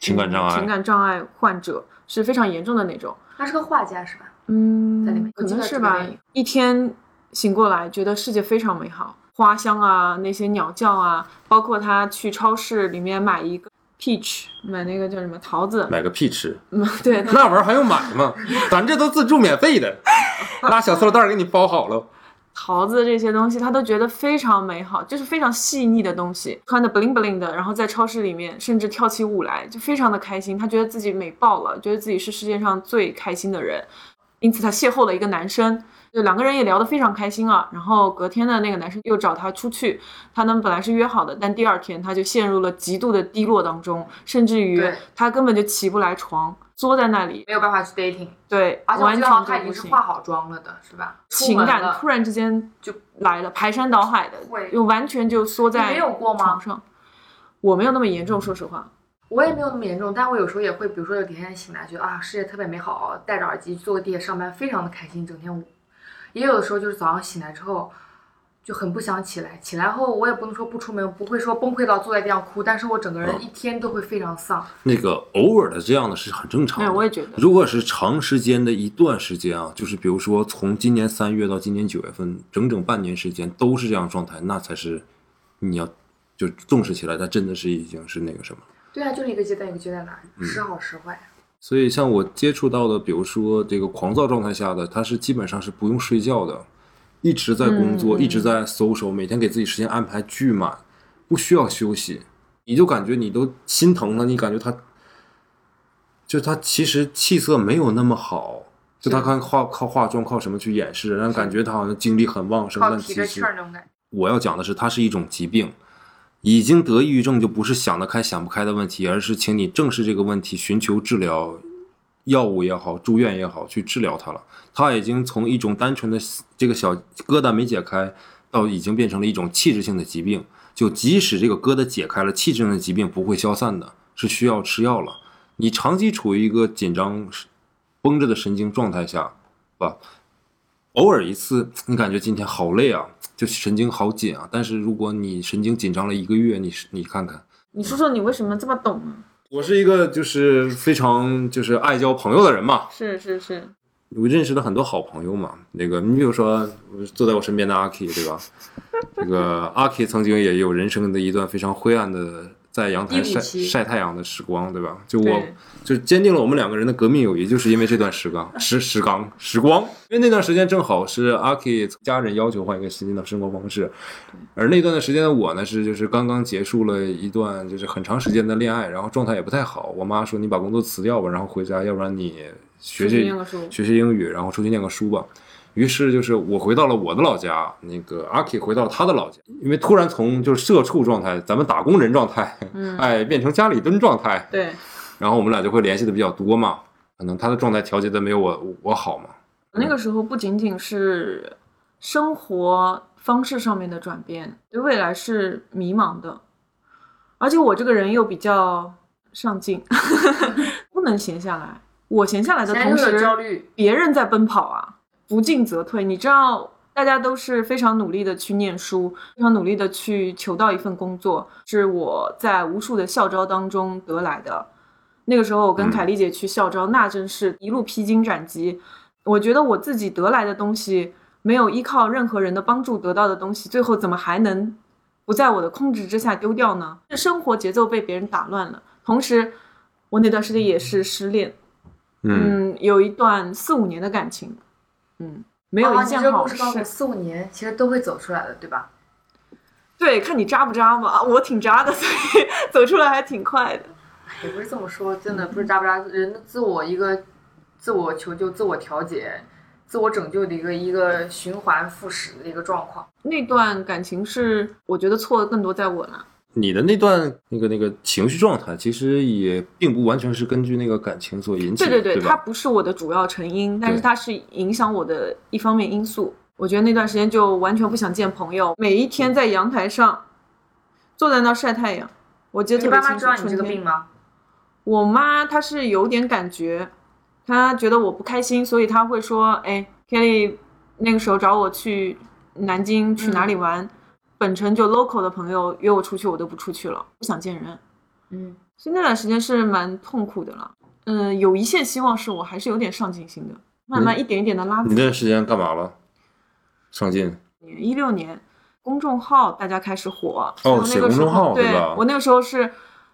Speaker 1: 情感障
Speaker 2: 嗯情
Speaker 1: 碍，
Speaker 2: 感障碍患者，是非常严重的那种。
Speaker 4: 他是个画家是吧？
Speaker 2: 嗯
Speaker 4: 在里面，
Speaker 2: 可
Speaker 4: 我记
Speaker 2: 能
Speaker 4: 得
Speaker 2: 是
Speaker 4: 这个
Speaker 2: 吧
Speaker 4: 原因。
Speaker 2: 一天醒过来，觉得世界非常美好，花香啊，那些鸟叫啊，包括他去超市里面买一个 peach，买那个叫什么桃子，
Speaker 1: 买个屁吃，
Speaker 2: 嗯，对，
Speaker 1: 那玩意儿还用买吗？咱这都自助免费的，拉小塑料袋儿给你包好了。
Speaker 2: 桃子这些东西，他都觉得非常美好，就是非常细腻的东西，穿的 bling bling 的，然后在超市里面甚至跳起舞来，就非常的开心。他觉得自己美爆了，觉得自己是世界上最开心的人，因此他邂逅了一个男生，就两个人也聊得非常开心啊。然后隔天的那个男生又找他出去，他们本来是约好的，但第二天他就陷入了极度的低落当中，甚至于
Speaker 4: 对
Speaker 2: 他根本就起不来床，坐在那里，
Speaker 4: 没有办法去 dating，
Speaker 2: 对，
Speaker 4: 而且我
Speaker 2: 完
Speaker 4: 知
Speaker 2: 全
Speaker 4: 道他
Speaker 2: 就
Speaker 4: 已
Speaker 2: 不
Speaker 4: 经是
Speaker 2: 行。
Speaker 4: 化好妆了的，是吧？出
Speaker 2: 情
Speaker 4: 门
Speaker 2: 感
Speaker 4: 了
Speaker 2: 突然之间就来了，排山倒海的
Speaker 4: 会，
Speaker 2: 又完全就缩
Speaker 4: 你
Speaker 2: 在
Speaker 4: 没有过吗
Speaker 2: 床？上。我没有那么严重，说实话，
Speaker 4: 我也没有那么严重，但我有时候也会，比如说有几天醒来觉得啊，世界特别美好，戴着耳机坐个地铁上班，非常的开心，整天无。也有的时候就是早上醒来之后就很不想起来，起来后我也不能说不出门，不会说崩溃到坐在地上哭，但是我整个人
Speaker 1: 嗯
Speaker 4: 一天都会非常丧。
Speaker 1: 那个偶尔的这样的是很正常
Speaker 2: 对，
Speaker 1: 的。
Speaker 2: 我也觉得，
Speaker 1: 如果是长时间的一段时间啊，就是比如说从今年三月到今年九月份，整整半年时间都是这样的状态，那才是你要就重视起来，它真的是已经是那个什么。
Speaker 4: 对啊，就是一个阶段一个阶段来，
Speaker 1: 嗯
Speaker 4: 时好时坏。
Speaker 1: 所以像我接触到的，比如说这个狂躁状态下的，他是基本上是不用睡觉的，一直在工作，
Speaker 2: 嗯
Speaker 1: 一直在 social，每天给自己时间安排巨满，不需要休息，你就感觉你都心疼他，你感觉他，就他其实气色没有那么好。就他看化靠化妆靠什么去掩饰，让感觉他好像精力很旺盛，
Speaker 4: 靠
Speaker 1: 但
Speaker 4: 提
Speaker 1: 其
Speaker 4: 着气
Speaker 1: 实
Speaker 4: 儿那种感觉。
Speaker 1: 我要讲的是，它是一种疾病。已经得抑郁症就不是想得开想不开的问题，而是请你正视这个问题，寻求治疗，药物也好，住院也好，去治疗它了。它已经从一种单纯的这个小疙瘩没解开，到已经变成了一种器质性的疾病。就即使这个疙瘩解开了，器质性的疾病不会消散的，是需要吃药了。你长期处于一个紧张、绷着的神经状态下，吧，偶尔一次，你感觉今天好累啊，就神经好紧啊。但是如果你神经紧张了一个月，你你看看，
Speaker 2: 你说说你为什么这么懂啊？
Speaker 1: 我是一个就是非常就是爱交朋友的人嘛，
Speaker 2: 是是是，
Speaker 1: 我认识了很多好朋友嘛。那个你比如说坐在我身边的阿 K，对吧？这个阿 K 曾经也有人生的一段非常灰暗的在阳台
Speaker 4: 低
Speaker 1: 晒
Speaker 4: 谷期
Speaker 1: 晒太阳的时光，对吧？就我
Speaker 2: 对，
Speaker 1: 就坚定了我们两个人的革命友谊，就是因为这段时光时时光时光，因为那段时间正好是阿 K 家人要求换一个新的生活方式，而那段的时间的我呢是就是刚刚结束了一段就是很长时间的恋爱，然后状态也不太好，我妈说你把工作辞掉吧，然后回家，要不然你学
Speaker 2: 出去
Speaker 1: 学
Speaker 2: 念个书
Speaker 1: 学学英语，然后出去念个书吧。于是就是我回到了我的老家，那个阿 K 回到了他的老家，因为突然从就是社畜状态，咱们打工人状态，
Speaker 2: 嗯
Speaker 1: 哎，变成家里蹲状态，
Speaker 2: 对，
Speaker 1: 然后我们俩就会联系的比较多嘛，可能他的状态调节的没有我我好嘛。
Speaker 2: 那个时候不仅仅是生活方式上面的转变，对未来是迷茫的，而且我这个人又比较上进， 不能闲下来。我闲下来的
Speaker 4: 现在
Speaker 2: 同
Speaker 4: 就
Speaker 2: 时，
Speaker 4: 有焦虑，
Speaker 2: 别人在奔跑啊，不进则退。你知道，大家都是非常努力的去念书，非常努力的去求到一份工作，是我在无数的校招当中得来的。那个时候，我跟
Speaker 1: 嗯
Speaker 2: 凯丽姐去校招，那真是一路披荆斩棘。我觉得我自己得来的东西，没有依靠任何人的帮助得到的东西，最后怎么还能不在我的控制之下丢掉呢？这生活节奏被别人打乱了，同时，我那段时间也是失恋，嗯，有一段四五年的感情，嗯，没有
Speaker 4: 啊
Speaker 2: 一
Speaker 4: 你
Speaker 2: 件
Speaker 4: 这个
Speaker 2: 好
Speaker 4: 故事
Speaker 2: 事。
Speaker 4: 告诉我四五年其实都会走出来的，对吧？
Speaker 2: 对，看你渣不渣嘛， 我挺渣的，所以 走出来还挺快的。
Speaker 4: 也不是这么说，真的不是渣不渣，人的自我一个自我求救、自我调节、自我拯救的一个一个循环复始的一个状况。
Speaker 2: 那段感情是，我觉得错的更多在我了。
Speaker 1: 你的那段那个那个情绪状态，其实也并不完全是根据那个感情所引起
Speaker 2: 对
Speaker 1: 的，
Speaker 2: 对对，它
Speaker 1: 吧？
Speaker 2: 不是我的主要成因，但是
Speaker 1: 对
Speaker 2: 它是影响我的一方面因素。我觉得那段时间就完全不想见朋友，每一
Speaker 1: 嗯
Speaker 2: 天在阳台上坐在那儿晒太阳。我记得
Speaker 4: 你
Speaker 2: 特别
Speaker 4: 爸妈
Speaker 2: 清
Speaker 4: 知
Speaker 2: 楚，
Speaker 4: 道你这
Speaker 2: 春
Speaker 4: 个
Speaker 2: 天
Speaker 4: 病吗？
Speaker 2: 我妈她是有点感觉，她觉得我不开心，所以她会说：“哎，Kelly 那个时候找我去南京去哪里玩，本城就 local 的朋友约我出去，我都不出去了，不想见人。”
Speaker 4: 嗯，
Speaker 2: 所以那段时间是蛮痛苦的了。嗯，有一线希望是我还是有点上进心的，慢慢一点一点的拉
Speaker 1: 你
Speaker 2: 自
Speaker 1: 那
Speaker 2: 己。
Speaker 1: 段时间干嘛了？上进，
Speaker 2: 一六年，公众号大家开始火。
Speaker 1: 哦
Speaker 2: 然后那个
Speaker 1: 写公
Speaker 2: 时
Speaker 1: 众
Speaker 2: 候，
Speaker 1: 号
Speaker 2: 对
Speaker 1: 对吧
Speaker 2: 我那个时候是。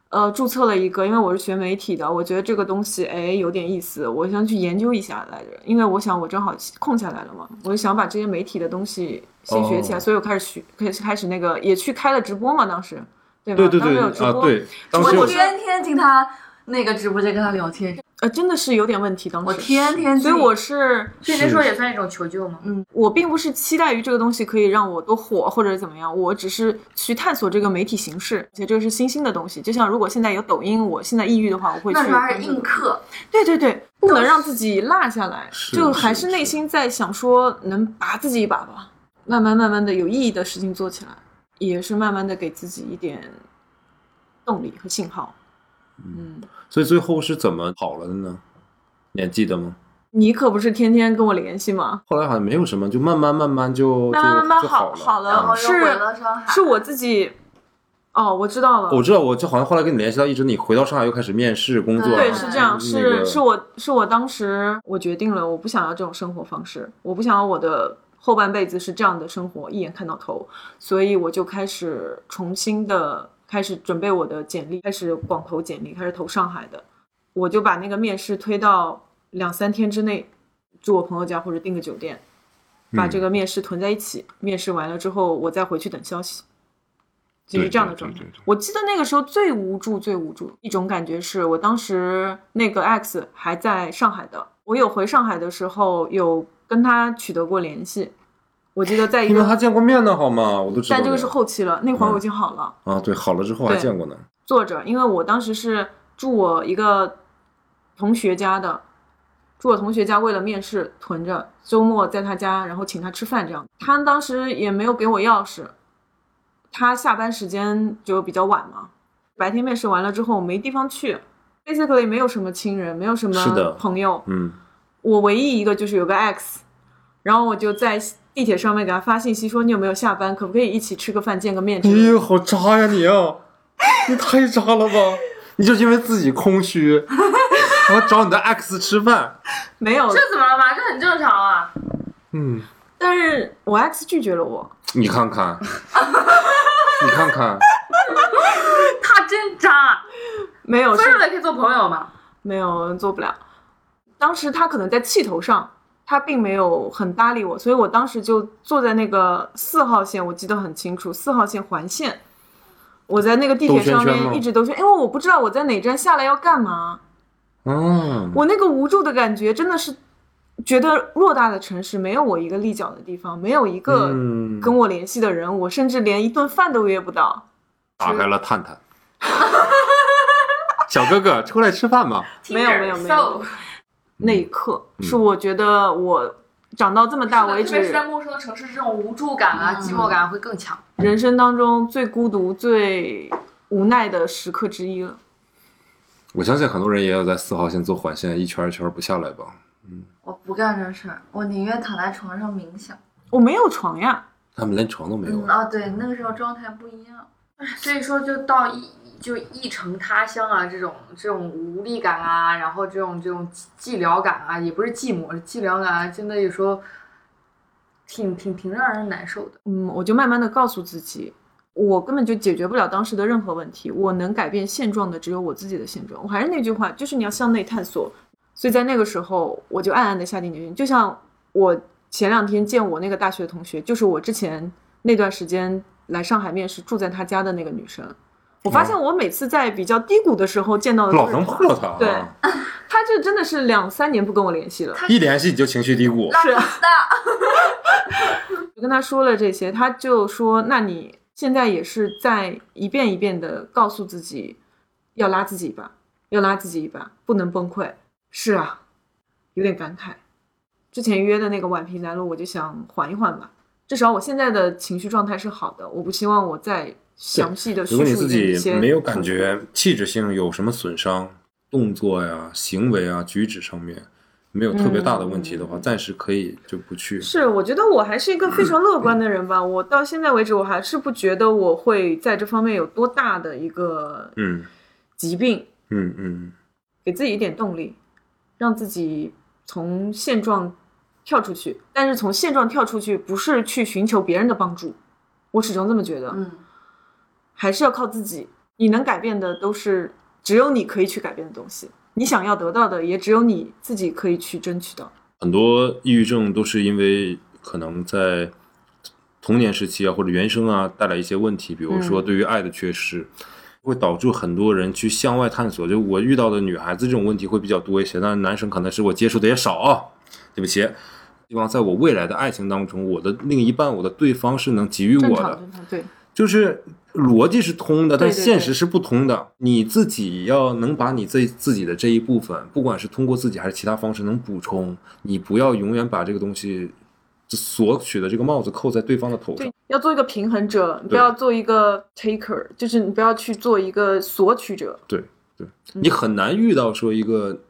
Speaker 2: 呃，注册了一个，因为我是学媒体的，我觉得这个东西哎有点意思，我想去研究一下来着。因为我想我正好空下来了嘛，我就想把这些媒体的东西先学起来，
Speaker 1: 哦
Speaker 2: 所以我开始学，开始开始那个也去开了直播嘛，当时对吧？
Speaker 1: 对对
Speaker 2: 当时
Speaker 1: 对
Speaker 2: 有直
Speaker 1: 啊
Speaker 2: 播，，
Speaker 1: 对，当时
Speaker 2: 我
Speaker 1: 有
Speaker 2: 觉得
Speaker 3: 天天听他那个直播间跟他聊天，
Speaker 2: 呃，真的是有点问题，当时
Speaker 3: 我天天
Speaker 2: 所
Speaker 3: 听，
Speaker 2: 以我是
Speaker 4: 所以那时候也算一种求救吗？
Speaker 2: 我并不是期待于这个东西可以让我多火或者怎么样，我只是去探索这个媒体形式，而且这个是新兴的东西。就像如果现在有抖音，我现在抑郁的话，我会去
Speaker 3: 那时候还
Speaker 2: 关
Speaker 3: 是
Speaker 2: 注
Speaker 3: 映客，
Speaker 2: 对对对，不能让自己落下来，
Speaker 1: 是
Speaker 2: 就还
Speaker 1: 是
Speaker 2: 是内
Speaker 1: 是
Speaker 2: 心在想说能拔自己一把吧，慢慢慢慢的有意义的事情做起来，也是慢慢的给自己一点动力和信号。嗯，
Speaker 1: 所以最后是怎么好了的呢？你还记得吗？
Speaker 2: 你可不是天天跟我联系吗？
Speaker 1: 后来好像没有什么，就慢慢慢慢就
Speaker 2: 慢慢慢慢
Speaker 1: 就就
Speaker 2: 好
Speaker 1: 好
Speaker 2: 了
Speaker 1: 嗯
Speaker 3: 然后又
Speaker 2: 是
Speaker 3: 回了上海，
Speaker 2: 是我自己，哦，我知道了，
Speaker 1: 我知道，我就好像后来跟你联系到，一直你回到上海又开始面试工作，
Speaker 2: 对，
Speaker 3: 嗯
Speaker 2: 是这样，
Speaker 1: 那个
Speaker 2: 是是我是我当时我决定了，我不想要这种生活方式，我不想要我的后半辈子是这样的生活，一眼看到头，所以我就开始重新的开始准备我的简历，开始广投简历，开始投上海的，我就把那个面试推到两三天之内，住我朋友家或者订个酒店，
Speaker 1: 嗯
Speaker 2: 把这个面试囤在一起，面试完了之后我再回去等消息。就是
Speaker 1: 对
Speaker 2: 这样的
Speaker 1: 对
Speaker 2: 状态
Speaker 1: 对对对。
Speaker 2: 我记得那个时候最无助、最无助一种感觉是我当时那个 X 还在上海的，我有回上海的时候有跟他取得过联系，我记得在一
Speaker 1: 你们还
Speaker 2: 个，
Speaker 1: 见过面呢，好吗？我都知道了。
Speaker 2: 但这个是后期了，那会儿我已经好了，
Speaker 1: 啊，对，好了之后还
Speaker 2: 对
Speaker 1: 见过呢。
Speaker 2: 坐着，因为我当时是住我一个同学家的。住我同学家，为了面试囤着，周末在他家，然后请他吃饭，这样。他当时也没有给我钥匙，他下班时间就比较晚嘛，白天面试完了之后没地方去，basically 没有什么亲人，没有什
Speaker 1: 是的
Speaker 2: 么朋友。
Speaker 1: 嗯，
Speaker 2: 我唯一一个就是有个 X，然后我就在地铁上面给他发信息说你有没有下班，可不可以一起吃个饭见个面
Speaker 1: 哎
Speaker 2: 之类的？
Speaker 1: 呀，好渣呀你啊！你太渣了 吧！你就因为自己空虚，然后找你的 X 吃饭。
Speaker 2: 没有，
Speaker 4: 这怎么了嘛？这很正常啊。
Speaker 1: 嗯，
Speaker 2: 但是我 X 拒绝了我。
Speaker 1: 你看 看，你看看，
Speaker 4: 他真渣，
Speaker 2: 没有，
Speaker 4: 分手
Speaker 2: 是
Speaker 4: 了也可以做朋友嘛。
Speaker 2: 没有做不了。当时他可能在气头上，他并没有很搭理我，所以我当时就坐在那个四号线，我记得很清楚，四号线环线。我在那个地铁上
Speaker 1: 兜圈圈吗
Speaker 2: 面一直兜圈，因为我不知道我在哪站下来要干嘛。
Speaker 1: 嗯，
Speaker 2: 我那个无助的感觉真的是，觉得偌大的城市没有我一个立脚的地方，没有一个
Speaker 1: 嗯
Speaker 2: 跟我联系的人，我甚至连一顿饭都约不到。
Speaker 1: 打开了探 探。小哥哥，出来吃饭吧。
Speaker 2: 没有没有没有那一刻
Speaker 1: 嗯
Speaker 2: 是我觉得我长到这么大为
Speaker 4: 特别
Speaker 2: 止
Speaker 4: 是，在陌生的城市，这种无助感啊、
Speaker 3: 嗯
Speaker 4: 寂寞感会更强。
Speaker 2: 人生当中最孤独、最无奈的时刻之一了。
Speaker 1: 我相信很多人也有在四号线坐环线一圈一圈不下来吧。
Speaker 3: 我不干这事儿，我宁愿躺在床上冥想。
Speaker 2: 我没有床呀，
Speaker 1: 他们连床都没有
Speaker 3: 嗯。啊，对，那个时候状态不一样。
Speaker 4: 所以说，就到异就异城他乡啊，这种这种无力感啊，然后这种这种寂寂寥感啊，也不是寂寞，是寂寥感啊，真的有时候挺挺挺让人难受的。
Speaker 2: 嗯，我就慢慢的告诉自己，我根本就解决不了当时的任何问题，我能改变现状的只有我自己的现状。我还是那句话，就是你要向内探索。所以在那个时候，我就暗暗的下定决心，就像我前两天见我那个大学同学，就是我之前那段时间来上海面试住在她家的那个女生。我发现我每次在比较低谷的时候见到的都
Speaker 1: 哦老
Speaker 2: 是
Speaker 1: 能
Speaker 2: 她
Speaker 1: 碰到他、啊，
Speaker 2: 对他这真的是两三年不跟我联系了，
Speaker 1: 一联系你就情绪低谷。
Speaker 2: 是啊，
Speaker 3: 那
Speaker 2: 我跟他说了这些，他就说：“那你现在也是在一遍一遍的告诉自己，要拉自己一把，要拉自己一把，不能崩溃。”是啊，有点感慨。之前约的那个宛平南路，我就想缓一缓吧，至少我现在的情绪状态是好的，我不希望我再详细的叙
Speaker 1: 如果你
Speaker 2: 述
Speaker 1: 自
Speaker 2: 一
Speaker 1: 己
Speaker 2: 些
Speaker 1: 没有感觉气质性有什么损伤，动作呀、行为啊、举止上面没有特别大的问题的话，暂时可以就不去。
Speaker 2: 嗯是，我觉得我还是一个非常乐观的人吧。我到现在为止，我还是不觉得我会在这方面有多大的一个
Speaker 1: 嗯
Speaker 2: 疾病，
Speaker 1: 嗯嗯，
Speaker 2: 给自己一点动力，让自己从现状跳出去。但是从现状跳出去，不是去寻求别人的帮助，我始终这么觉得，
Speaker 3: 嗯，
Speaker 2: 还是要靠自己。你能改变的都是只有你可以去改变的东西，你想要得到的也只有你自己可以去争取到。
Speaker 1: 很多抑郁症都是因为可能在童年时期啊，或者原生啊带来一些问题，比如
Speaker 2: 嗯
Speaker 1: 说对于爱的缺失，会导致很多人去向外探索。就我遇到的女孩子这种问题会比较多一些，但是男生可能是我接触的也少啊，对不起。希望在我未来的爱情当中，我的另一半，我的对方是能给予我
Speaker 2: 正
Speaker 1: 的
Speaker 2: 常，，正常，对，
Speaker 1: 就是逻辑是通的，
Speaker 2: 对
Speaker 1: 但
Speaker 2: 对
Speaker 1: 现实是不通的。你自己要能把你自自己的这一部分，不管是通过自己还是其他方式能补充，你不要永远把这个东西索取的这个帽子扣在对方的头上
Speaker 2: 对。，要做一个平衡者，你不要做一个 taker，就是你不要去做一个索取者，
Speaker 1: 对对，你很难遇到说一个，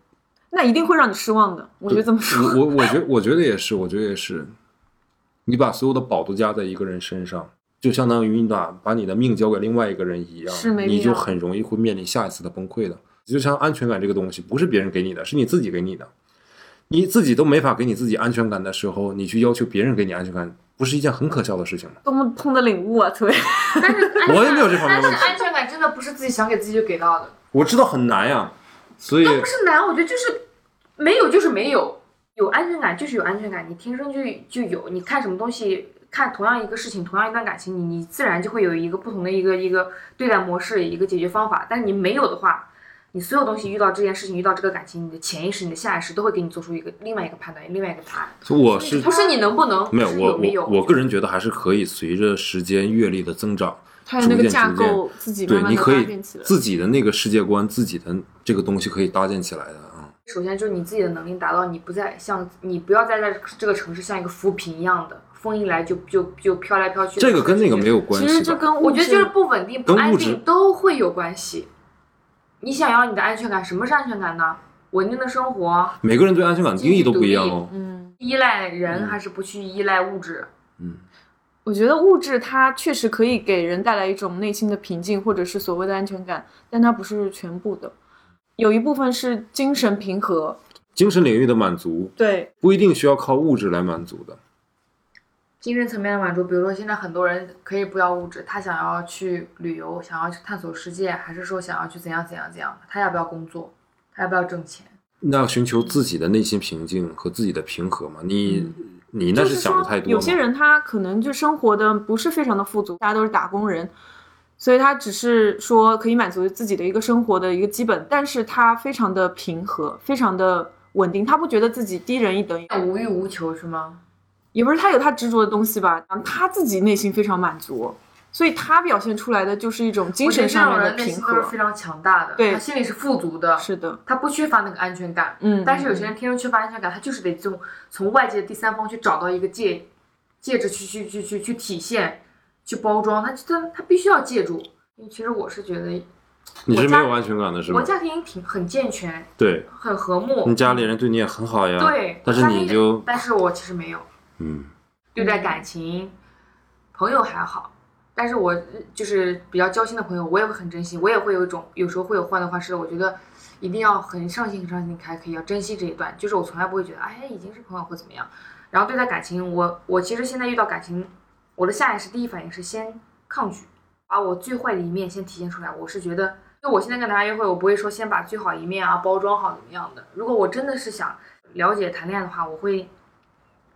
Speaker 2: 那一定会让你失望的。我觉得这么说，
Speaker 1: 我我我觉我觉得也是，我觉得也是，你把所有的宝都加在一个人身上。就相当于你把把你的命交给另外一个人一样，
Speaker 2: 是没必要
Speaker 1: 你就很容易会面临下一次的崩溃的。就像安全感这个东西，不是别人给你的，是你自己给你的。你自己都没法给你自己安全感的时候，你去要求别人给你安全感，不是一件很可笑的事情吗？
Speaker 2: 多么痛的领悟 啊！特别，
Speaker 4: 但是安全
Speaker 1: 我也没有这方面
Speaker 4: 但
Speaker 1: 的问
Speaker 4: 是
Speaker 1: 题
Speaker 4: 安全感真的不是自己想给自己就给到的，
Speaker 1: 我知道很难呀，所以
Speaker 4: 不是难，我觉得就是没有就是没有，有安全感就是有安全感，你天生就就有，你看什么东西。看同样一个事情，同样一段感情，你你自然就会有一个不同的一个一个对待模式，一个解决方法。但是你没有的话，你所有东西遇到这件事情，遇到这个感情，你的潜意识、你的下意识都会给你做出一个另外一个判断，另外一个答案。
Speaker 1: 所以我是
Speaker 4: 不是你能不能，
Speaker 1: 没有
Speaker 4: 是
Speaker 1: 我
Speaker 4: 没有
Speaker 1: 我我个人觉得还是可以随着时间阅历的增长，
Speaker 2: 还有那个
Speaker 1: 逐渐
Speaker 2: 架
Speaker 1: 逐渐
Speaker 2: 构自己
Speaker 1: 对
Speaker 2: 慢，慢
Speaker 1: 你
Speaker 2: 的
Speaker 1: 可
Speaker 2: 搭
Speaker 1: 以
Speaker 2: 建起来。
Speaker 1: 自己的那个世界观，自己的这个东西可以搭建起来的啊。
Speaker 4: 首先就是你自己的能力达到，你不再像你不要再在这个城市像一个浮萍一样的，风一来就就就飘来飘去。
Speaker 1: 这个跟那个没，有关
Speaker 2: 其
Speaker 1: 系吧。
Speaker 2: 实这跟
Speaker 4: 我觉得就是
Speaker 2: 物质
Speaker 4: 不稳定、不
Speaker 1: 跟
Speaker 4: 安
Speaker 1: 物质
Speaker 4: 定都会有关系。你想要你的安全感，什么是安全感呢？稳定的生活，
Speaker 1: 每个人对安全感的定义都不一样哦。
Speaker 2: 嗯。
Speaker 4: 依赖人
Speaker 1: 嗯
Speaker 4: 还是不去依赖物质？
Speaker 1: 嗯，
Speaker 2: 我觉得物质它确实可以给人带来一种内心的平静，或者是所谓的安全感，但它不是全部的，有一部分是精神平和。
Speaker 1: 精神领域的满足
Speaker 2: 对，
Speaker 1: 不一定需要靠物质来满足的。
Speaker 4: 精神层面的满足，比如说现在很多人可以不要物质，他想要去旅游，想要去探索世界，还是说想要去怎样怎样怎样？他要不要工作？他要不要挣钱？
Speaker 1: 那要寻求自己的内心平静和自己的平和嘛？你、你那
Speaker 2: 嗯就是是
Speaker 1: 想
Speaker 2: 说
Speaker 1: 的太多
Speaker 2: 有些
Speaker 1: 嘛
Speaker 2: 人他可能就生活的不是非常的富足，大家都是打工人，所以他只是说可以满足自己的一个生活的一个基本，但是他非常的平和，非常的稳定，他不觉得自己低人一等，
Speaker 4: 无欲无求是吗？
Speaker 2: 也不是他有他执着的东西吧，嗯他自己内心非常满足，所以他表现出来的就是一种精
Speaker 4: 我觉
Speaker 2: 神
Speaker 4: 得这
Speaker 2: 上
Speaker 4: 种
Speaker 2: 面的
Speaker 4: 人内
Speaker 2: 平
Speaker 4: 心都是
Speaker 2: 和
Speaker 4: 非。常强大的，
Speaker 2: 对
Speaker 4: 他心里是富足的，
Speaker 2: 是的，
Speaker 4: 他不缺乏那个安全感。
Speaker 2: 嗯，
Speaker 4: 但是有些人天生缺乏安全感，他就是得从从外界的第三方去找到一个介介质去去去去去体现，去包装，他他他必须要借助。其实我是觉得
Speaker 1: 你是
Speaker 4: 我
Speaker 1: 没
Speaker 4: 家
Speaker 1: 有安全感的是
Speaker 4: 我
Speaker 1: 吗？
Speaker 4: 家庭挺很健全，
Speaker 1: 对，
Speaker 4: 很和睦
Speaker 1: 你。家里人对你也很好呀。
Speaker 4: 对，
Speaker 1: 但是
Speaker 4: 家
Speaker 1: 你
Speaker 4: 庭
Speaker 1: 就
Speaker 4: 但是我其实没有
Speaker 1: 嗯，
Speaker 4: 对待感情，朋友还好，但是我就是比较交心的朋友，我也会很珍惜，我也会有一种有时候会有患得患失的，我觉得一定要很上心很上心才可以，要珍惜这一段，就是我从来不会觉得哎已经是朋友或怎么样，然后对待感情，我我其实现在遇到感情，我的下意识第一反应是先抗拒，把我最坏的一面先体现出来，我是觉得。就我现在跟大家约会，我不会说先把最好一面啊包装好怎么样的。如果我真的是想了解谈恋爱的话，我会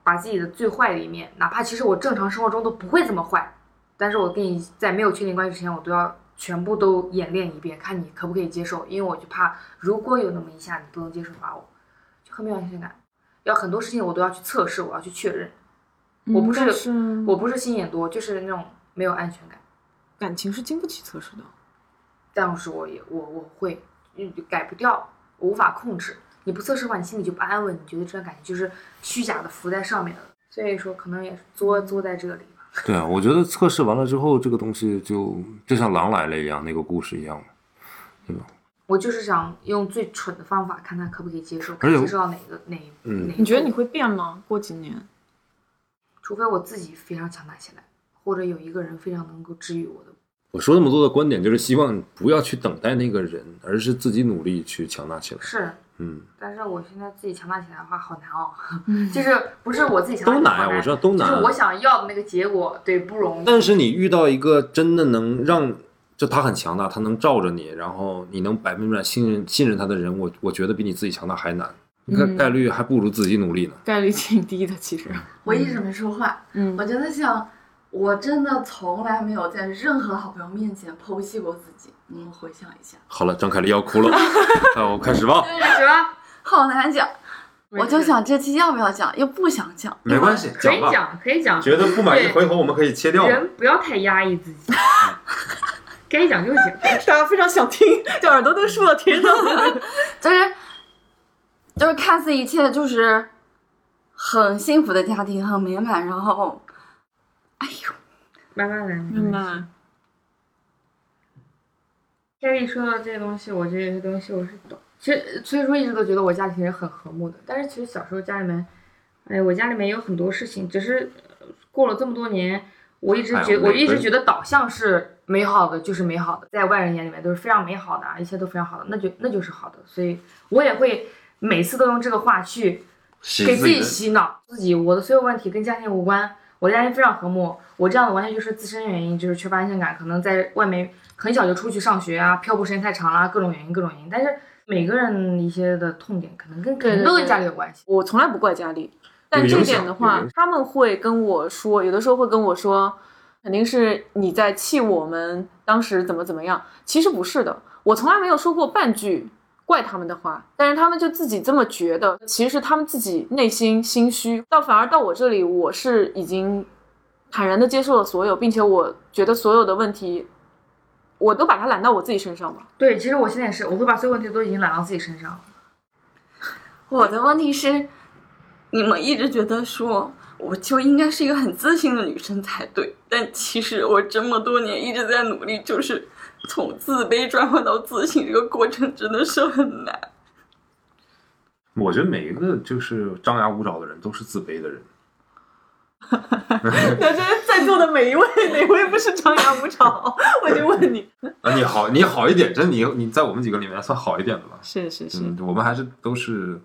Speaker 4: 把自己的最坏的一面，哪怕其实我正常生活中都不会这么坏，但是我跟你在没有确定关系之前，我都要全部都演练一遍，看你可不可以接受，因为我就怕如果有那么一下你不能接受的话，我就很没有安全感。要很多事情我都要去测试，我要去确认，我不是
Speaker 2: 但是
Speaker 4: 我不是心眼多，就是那种没有安全感。
Speaker 2: 感情是经不起测试的。
Speaker 4: 嗯但是我也我我会嗯改不掉，我无法控制。你不测试的话，你心里就不安稳，你觉得这段感情就是虚假的浮在上面了。所以说，可能也是
Speaker 1: 嗯
Speaker 4: 作作在这里吧。
Speaker 1: 对啊，我觉得测试完了之后，这个东西就就像狼来了一样，那个故事一样。
Speaker 4: 我就是想用最蠢的方法，看他可不可以接受，
Speaker 1: 而且
Speaker 4: 接受到哪个哪一
Speaker 1: 嗯
Speaker 4: 哪一
Speaker 2: 你觉得
Speaker 4: 步
Speaker 2: 你会变吗？过几年？
Speaker 4: 除非我自己非常强大起来，或者有一个人非常能够治愈我的。
Speaker 1: 我说那么多的观点，就是希望不要去等待那个人，而是自己努力去强大起来。
Speaker 4: 是，
Speaker 1: 嗯，
Speaker 4: 但是我现在自己强大起来的话，好难哦。
Speaker 2: 嗯
Speaker 4: 就是不是我自己强大
Speaker 1: 都
Speaker 4: 起来
Speaker 1: 难
Speaker 4: 好
Speaker 1: 呀，
Speaker 4: 难，
Speaker 1: 我知道都
Speaker 4: 就
Speaker 1: 难
Speaker 4: 是
Speaker 1: 啊。
Speaker 4: 我想要的那个结果，对，不容易。
Speaker 1: 但是你遇到一个真的能让，就他很强大，他能罩着你，然后你能百分之百信任信任他的人，我我觉得比你自己强大还难，概
Speaker 2: 嗯
Speaker 1: 概率还不如自己努力呢。
Speaker 2: 概率挺低的，其实。
Speaker 3: 我一直没说话，
Speaker 2: 嗯
Speaker 3: 我真的想，我真的从来没有在任何好朋友面前剖析过自己。你们回想一下，
Speaker 1: 好了，张凯丽要 哭了，那我开始吧，
Speaker 4: 开始吧，
Speaker 3: 好难讲。
Speaker 4: 没事
Speaker 3: 我就想这期要不要讲，又不想讲。
Speaker 1: 没关系，
Speaker 4: 可以
Speaker 1: 吧。嗯
Speaker 4: 讲，可以讲，
Speaker 1: 觉得不满意，
Speaker 4: 对
Speaker 1: 回头我们可以切掉嘛。
Speaker 4: 人不要太压抑 自己，该讲就讲。
Speaker 2: 大家非常想听，就耳朵都竖到天上。
Speaker 3: 就是就是看似一切就是很幸福的家庭，很美满，然后，哎呦，
Speaker 4: 慢慢来，慢慢来。
Speaker 2: 嗯，
Speaker 4: 凯莉说到这些东西，我这些东西我是懂。其实所以说一直都觉得我家庭是很和睦的，但是其实小时候家里面，哎，我家里面有很多事情，只是呃过了这么多年，我一直
Speaker 1: 哎
Speaker 4: 觉
Speaker 1: 我
Speaker 4: 我
Speaker 1: 每
Speaker 4: 一直
Speaker 1: 个
Speaker 4: 觉得导向是美好的，就是美好的，在外人眼里面都是非常美好的啊，一切都非常好的，那就那就是好的，所以我也会每次都用这个话去
Speaker 1: 洗
Speaker 4: 给自己
Speaker 1: 的
Speaker 4: 洗脑，自己我的所有问题跟家庭无关，我的家庭非常和睦，我这样的完全就是自身原因，就是缺乏安全感，可能在外面很小就出去上学啊，漂泊时间太长啦、各种原因各种原因，但是。每个人一些的痛点可能跟可
Speaker 2: 对
Speaker 4: 能
Speaker 2: 对
Speaker 4: 都跟
Speaker 2: 对
Speaker 4: 家里有关系，
Speaker 2: 我从来不怪家里，但这一点的
Speaker 1: 有影
Speaker 2: 话
Speaker 1: 响，
Speaker 2: 他们会跟我说，有的时候会跟我说，肯定是你在气我们当时怎么怎么样。其实不是的，我从来没有说过半句怪他们的话，但是他们就自己这么觉得，其实是他们自己内心心虚，到反而到我这里，我是已经坦然的接受了所有，并且我觉得所有的问题，我都把它揽到我自己身上吧。
Speaker 4: 对，其实我现在也是，我会把所有问题都已经揽到自己身上了。
Speaker 3: 我的问题是，你们一直觉得说我就应该是一个很自信的女生才对，但其实我这么多年一直在努力，就是从自卑转换到自信，这个过程真的是很难。
Speaker 1: 我觉得每一个就是张牙舞爪的人都是自卑的人。
Speaker 2: 那这在座的每一位，哪位不是张牙舞 爪？我就问你，
Speaker 1: 啊，你好，你好一点，真的你你在我们几个里面算好一点的了。
Speaker 2: 是是是，
Speaker 1: 嗯，我们还是都是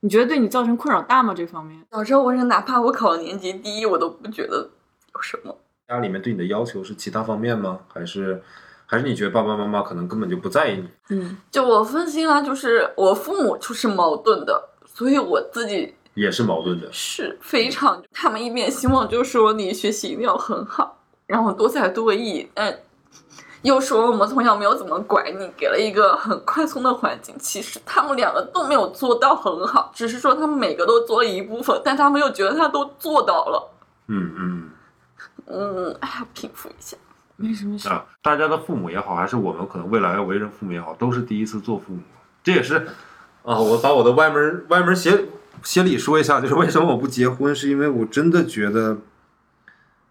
Speaker 2: 你觉得对你造成困扰大吗？这方面？
Speaker 3: 小时候，我是哪怕我考了年级第一，我都不觉得有什么。
Speaker 1: 家里面对你的要求是其他方面吗？还是还是你觉得爸爸妈妈可能根本就不在意你？
Speaker 2: 嗯，
Speaker 3: 就我分析呢，就是我父母就是矛盾的，所以我自己
Speaker 1: 也是矛盾的。
Speaker 3: 是非常，他们一面希望就说你学习一定要很好，然后多才多艺，但又说我们从小没有怎么管你，给了一个很宽松的环境。其实他们两个都没有做到很好，只是说他们每个都做了一部分，但他们又觉得他都做到了。
Speaker 1: 嗯嗯
Speaker 3: 嗯，哎呀，平复一下。
Speaker 2: 没什么事。
Speaker 1: 啊，大家的父母也好，还是我们可能未来要为人父母也好，都是第一次做父母，这也是 啊，我把我的歪门歪门邪邪理说一下，就是为什么我不结婚，是因为我真的觉得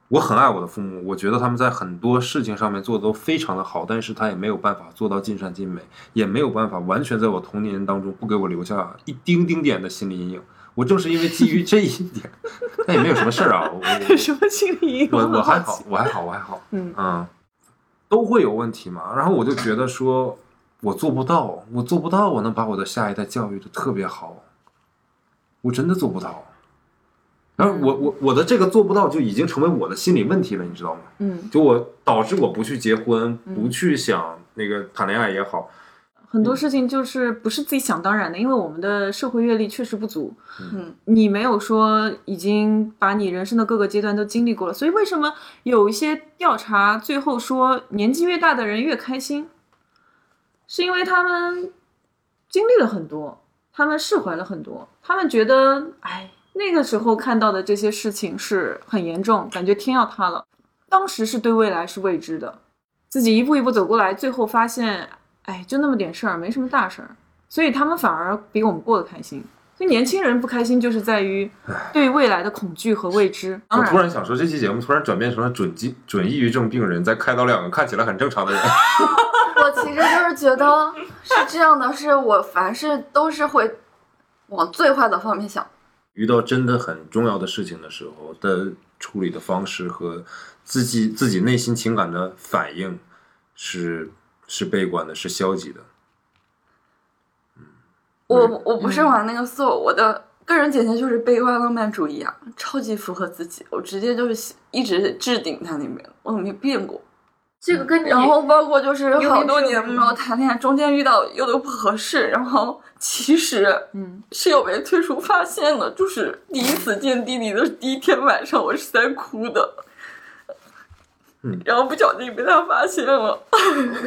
Speaker 1: 我很爱我的父母，我觉得他们在很多事情上面做的都非常的好，但是他也没有办法做到尽善尽美，也没有办法完全在我童年当中不给我留下一丁丁点的心理阴影。我正是因为基于这一点， 但也没有什么事儿啊，我 我
Speaker 2: 什么心理阴 影？
Speaker 1: 我我还
Speaker 2: 很
Speaker 1: 好
Speaker 2: 奇，
Speaker 1: 我还好，我还好，
Speaker 2: 嗯
Speaker 1: 都会有问题嘛。然后我就觉得说，我做不到，我做不到，我能把我的下一代教育的特别好，我真的做不到。然后我
Speaker 2: 嗯
Speaker 1: 我我的这个做不到就已经成为我的心理问题了，你知道吗？
Speaker 2: 嗯，
Speaker 1: 就我导致我不去结婚，
Speaker 2: 嗯
Speaker 1: 不去想那个谈恋爱也好，
Speaker 2: 很多事情就是不是自己想当然的，因为我们的社会阅历确实不足。
Speaker 3: 嗯，
Speaker 2: 你没有说已经把你人生的各个阶段都经历过了，所以为什么有一些调查最后说年纪越大的人越开心，是因为他们经历了很多，他们释怀了很多，他们觉得哎，那个时候看到的这些事情是很严重，感觉天要塌了，当时是对未来是未知的，自己一步一步走过来，最后发现哎，就那么点事儿，没什么大事儿，所以他们反而比我们过得开心。所以年轻人不开心就是在于对未来的恐惧和未知。当
Speaker 1: 我突
Speaker 2: 然，
Speaker 1: 然想说，这期节目突然转变成了准抑准抑郁症病人在开导两个看起来很正常的人。
Speaker 3: 我其实就是觉得是这样的，是我凡事都是会往最坏的方面想。
Speaker 1: 遇到真的很重要的事情的时候的处理的方式和自己自己内心情感的反应是是悲观的，是消极的。嗯，
Speaker 3: 我我不是玩那个 s 我的个人解析就是悲观浪漫主义啊，超级符合自己，我直接就是一直置顶它里面，我没变过。
Speaker 4: 这个跟你
Speaker 3: 然后包括就是
Speaker 4: 有
Speaker 3: 好多
Speaker 4: 这
Speaker 3: 年
Speaker 4: 种
Speaker 3: 没有谈恋爱，中间遇到又都不合适，然后其实
Speaker 2: 嗯，
Speaker 3: 是有被退出发现的，就是第一次见弟弟的第一天晚上，我是在哭的
Speaker 1: 嗯。
Speaker 3: 然后不小心被他发现了，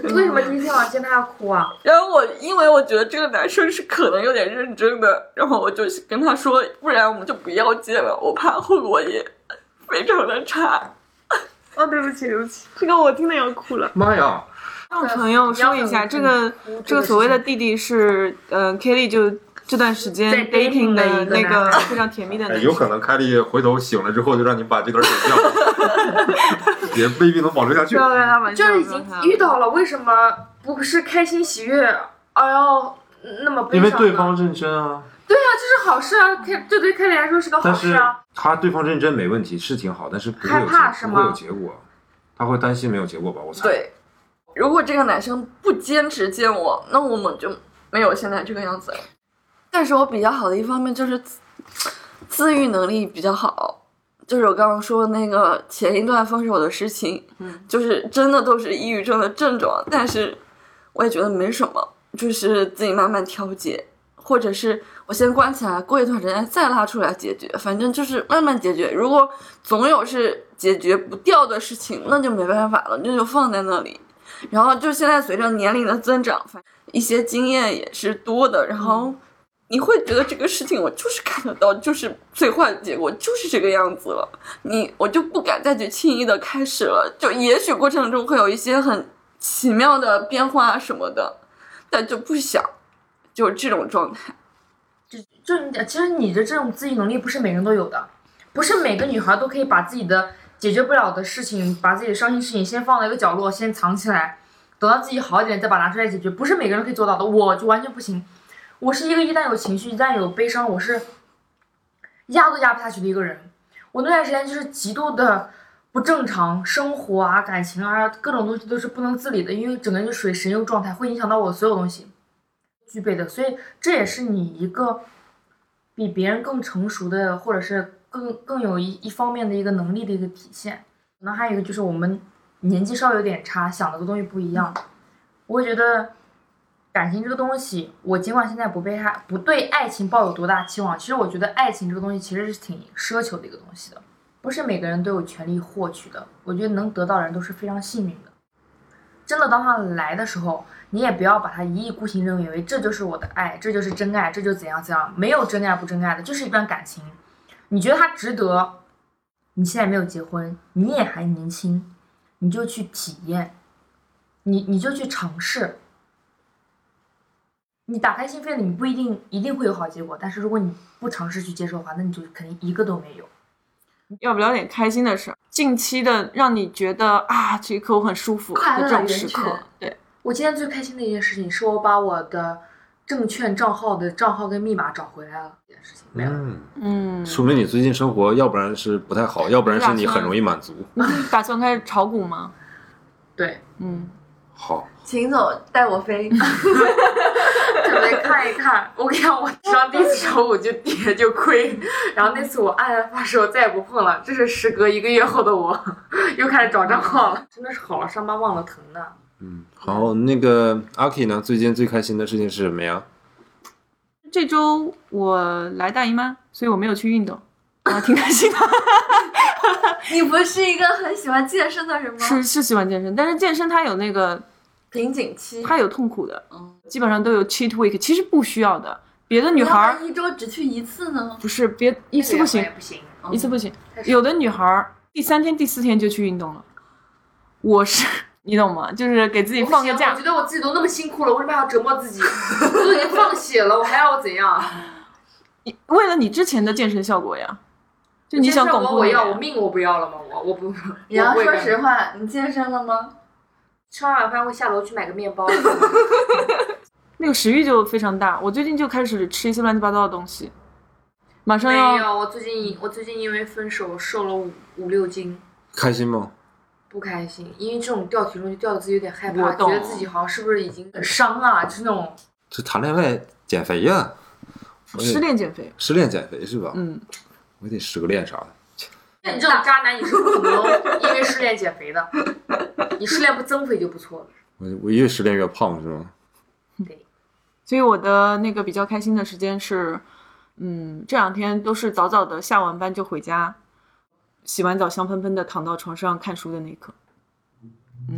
Speaker 4: 你为什么第一天晚上见他要哭啊？
Speaker 3: 然后我因为我觉得这个男生是可能有点认真的，然后我就跟他说，不然我们就不要见了，我怕后果也非常的差。
Speaker 2: 哦，对不起，对不起，这个我听的要哭了。
Speaker 1: 妈呀，
Speaker 2: 让朋友说一下，这个这个所谓的弟弟是，嗯 k e l l y 就这段时间
Speaker 4: 在 dating
Speaker 2: 的
Speaker 4: 的
Speaker 2: 那
Speaker 4: 一个
Speaker 2: 个
Speaker 4: 男孩
Speaker 2: 非常甜蜜的
Speaker 1: 哎，
Speaker 2: 男
Speaker 1: 有可
Speaker 2: 生。
Speaker 1: 能凯莉回头醒了之后就让你把这段剪掉，也未必能保持下去
Speaker 2: 不。
Speaker 4: 啊
Speaker 2: 要开他玩笑，
Speaker 4: 就是已
Speaker 2: 不要
Speaker 4: 经
Speaker 2: 开玩笑
Speaker 4: 遇到了，为什么不是开心喜悦，而要那么悲
Speaker 1: 因
Speaker 4: 伤呢？
Speaker 1: 为对方认真啊，
Speaker 4: 对啊，这是好事啊，开这对凯莉来说是个好
Speaker 1: 但
Speaker 4: 事
Speaker 1: 是
Speaker 4: 啊。
Speaker 1: 他对方认真没问题，是挺好，但是不会有
Speaker 4: 害怕
Speaker 1: 结
Speaker 4: 是
Speaker 1: 不
Speaker 4: 吗
Speaker 1: 会有结果，他会担心没有结果吧？我猜。，
Speaker 3: 对，如果这个男生不坚持见我，那我们就没有现在这个样子了。但是我比较好的一方面就是自自愈能力比较好，就是我刚刚说那个前一段分手的事情，
Speaker 2: 嗯，
Speaker 3: 就是真的都是抑郁症的症状，但是我也觉得没什么，就是自己慢慢调节，或者是我先关起来，过一段时间再拉出来解决，反正就是慢慢解决。如果总有是解决不掉的事情，那就没办法了，那就放在那里。然后就现在随着年龄的增长，反一些经验也是多的，然后你会觉得这个事情我就是 看得到，就是最坏的结果就是这个样子了。你我就不敢再去轻易的开始了。就也许过程中会有一些很奇妙的变化什么的，但就不想，就是这种状态。
Speaker 4: 就你其实你的这种自愈能力不是每个人都有的，不是每个女孩都可以把自己的解决不了的事情，把自己的伤心事情先放到一个角落，先藏起来，等到自己好一点再把它拿出来解决，不是每个人都可以做到的。我就完全不行，我是一个一旦有情绪，一旦有悲伤，我是压都压不下去的一个人。我那段时间就是极度的不正常，生活啊、感情啊，各种东西都是不能自理的，因为整个人就属于神游状态，会影响到我所有东西具备的，所以这也是你一个。比别人更成熟的，或者是更更有一一方面的一个能力的一个体现。可能还有一个就是我们年纪稍微有点差，想的东西不一样。我会觉得感情这个东西，我尽管现在不被他不对爱情抱有多大期望，其实我觉得爱情这个东西其实是挺奢求的一个东西的，不是每个人都有权利获取的。我觉得能得到的人都是非常幸运的。真的当他来的时候，你也不要把它一意孤行，认为这就是我的爱，这就是真爱，这就怎样怎样，没有真爱不真爱的，就是一段感情。你觉得它值得，你现在没有结婚，你也还年轻，你就去体验，你你就去尝试。你打开心扉了，你不一定一定会有好结果，但是如果你不尝试去接受的话，那你就肯定一个都没有。
Speaker 2: 要不聊点开心的事儿。近期的让你觉得啊，这一刻我很舒服
Speaker 3: 快乐
Speaker 2: 的这种
Speaker 3: 源
Speaker 2: 时刻
Speaker 3: 泉，
Speaker 2: 对，
Speaker 4: 我今天最开心的一件事情是我把我的证券账号的账号跟密码找回来了，这件事情没有。
Speaker 1: 嗯，
Speaker 2: 嗯，
Speaker 1: 说明你最近生活要不然是不太好，要不然是你很容易满足。
Speaker 4: 嗯
Speaker 2: 你打算开始炒股吗？
Speaker 4: 对，
Speaker 2: 嗯，
Speaker 1: 好，
Speaker 3: 秦总带我飞，
Speaker 4: 准备看一看。我跟你讲，我上第一次炒股就跌就亏，然后那次我暗暗发誓我再也不碰了。这是时隔一个月后的我，又开始找账号了。 真的是好了伤疤忘了疼呢。
Speaker 1: 嗯，好，那个阿 K 呢？最近最开心的事情是什么呀？
Speaker 2: 这周我来大姨妈，所以我没有去运动，啊，挺开 心的。
Speaker 3: 你不是一个很喜欢健身的人吗？
Speaker 2: 是是喜欢健身，但是健身它有那个
Speaker 3: 瓶颈期，
Speaker 2: 它有痛苦的，
Speaker 3: 嗯，
Speaker 2: 基本上都有 cheat week，其实不需要的。别的女孩
Speaker 3: 要
Speaker 2: 儿
Speaker 3: 不然一周只去一次呢？
Speaker 2: 不是别一次不行，
Speaker 4: 不行。
Speaker 2: 一次不行
Speaker 3: 嗯
Speaker 4: 太，少
Speaker 2: 有的女孩儿第三天、第四天就去运动了。我是你懂吗？就是给自己放个
Speaker 4: 我
Speaker 2: 假
Speaker 4: 觉。得我自己都那么辛苦了，为什么还要折磨自己？ 我都已经放血了，我还要怎样？
Speaker 2: 你为了你之前的健身效果呀，就你想巩
Speaker 4: 我
Speaker 2: 固
Speaker 4: 我
Speaker 2: 你啊
Speaker 4: 要我命我不要了吗？我我不。
Speaker 3: 你要
Speaker 4: 我不会
Speaker 3: 说
Speaker 4: 干
Speaker 3: 实话，你健身了吗？
Speaker 4: 吃完晚饭会下楼去买个面包。
Speaker 2: 那个食欲就非常大。我最近就开始吃一些乱七八糟的东西，马上
Speaker 4: 没
Speaker 2: 要
Speaker 4: 有，我最近我最近因为分手瘦了五五六斤。
Speaker 1: 开心吗？
Speaker 4: 不开心，因为这种掉体重就掉的自己有点害
Speaker 2: 我
Speaker 4: 怕，
Speaker 2: 懂
Speaker 4: 觉得自己好像是不是已经很伤啊，就是那种
Speaker 1: 这谈恋爱减肥呀，我
Speaker 2: 失恋减肥，
Speaker 1: 失恋减肥是吧？
Speaker 2: 嗯，
Speaker 1: 我得失个恋啥的。
Speaker 4: 那你这种渣男，你是不可能因为失恋减肥的，你失恋不增肥就不错了。
Speaker 1: 我我越失恋越胖是吗？
Speaker 2: 所以我的那个比较开心的时间是，嗯，这两天都是早早的下完班就回家，洗完澡香喷喷的躺到床上看书的那一刻。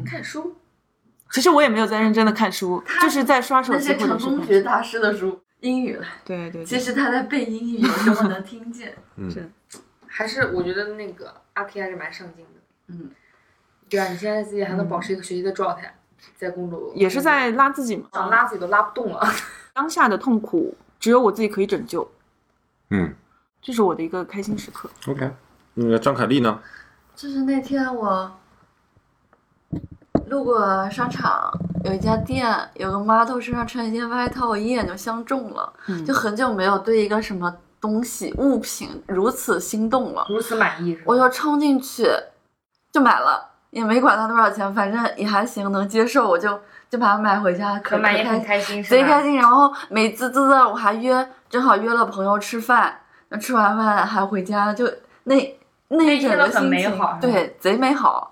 Speaker 4: 看书，
Speaker 2: 其实我也没有在认真的看书，就是在刷手
Speaker 3: 那
Speaker 2: 机
Speaker 3: 些
Speaker 2: 或者
Speaker 3: 成
Speaker 2: 是
Speaker 3: 功
Speaker 2: 看
Speaker 3: 学大师的书，英语。
Speaker 2: 对对
Speaker 3: 其
Speaker 2: 对，
Speaker 3: 实他在背英语，有时候能听见。
Speaker 4: 还是我觉得那个阿 K 还是蛮上进的。
Speaker 3: 嗯，
Speaker 4: 对啊，你现在自己还能保持一个学习的状态，在工作
Speaker 2: 也是在拉自己嘛。
Speaker 4: 想拉自己都拉不动了。
Speaker 2: 当下的痛苦只有我自己可以拯救，
Speaker 1: 嗯
Speaker 2: 这是我的一个开心时刻。
Speaker 1: ，OK。那个张凯丽呢？
Speaker 3: 就是那天我路过商场，有一家店，有个 model 身上穿一件外套，我一眼就相中了，
Speaker 2: 嗯
Speaker 3: 就很久没有对一个什么东西物品如此心动了，
Speaker 4: 如此满意是吧
Speaker 3: 我就冲进去就买了，也没管它多少钱，反正也还行，能接受，我就就把它买回家，可
Speaker 4: 可满也
Speaker 3: 开
Speaker 4: 很开心，
Speaker 3: 贼
Speaker 4: 是吧
Speaker 3: 开心。然后美滋滋的，我还约，正好约了朋友吃饭，那吃完饭还回家，就那那
Speaker 4: 那一
Speaker 3: 一
Speaker 4: 天
Speaker 3: 整个
Speaker 4: 都很
Speaker 3: 心
Speaker 4: 美
Speaker 3: 情
Speaker 4: 好是吧
Speaker 3: 对，贼美好。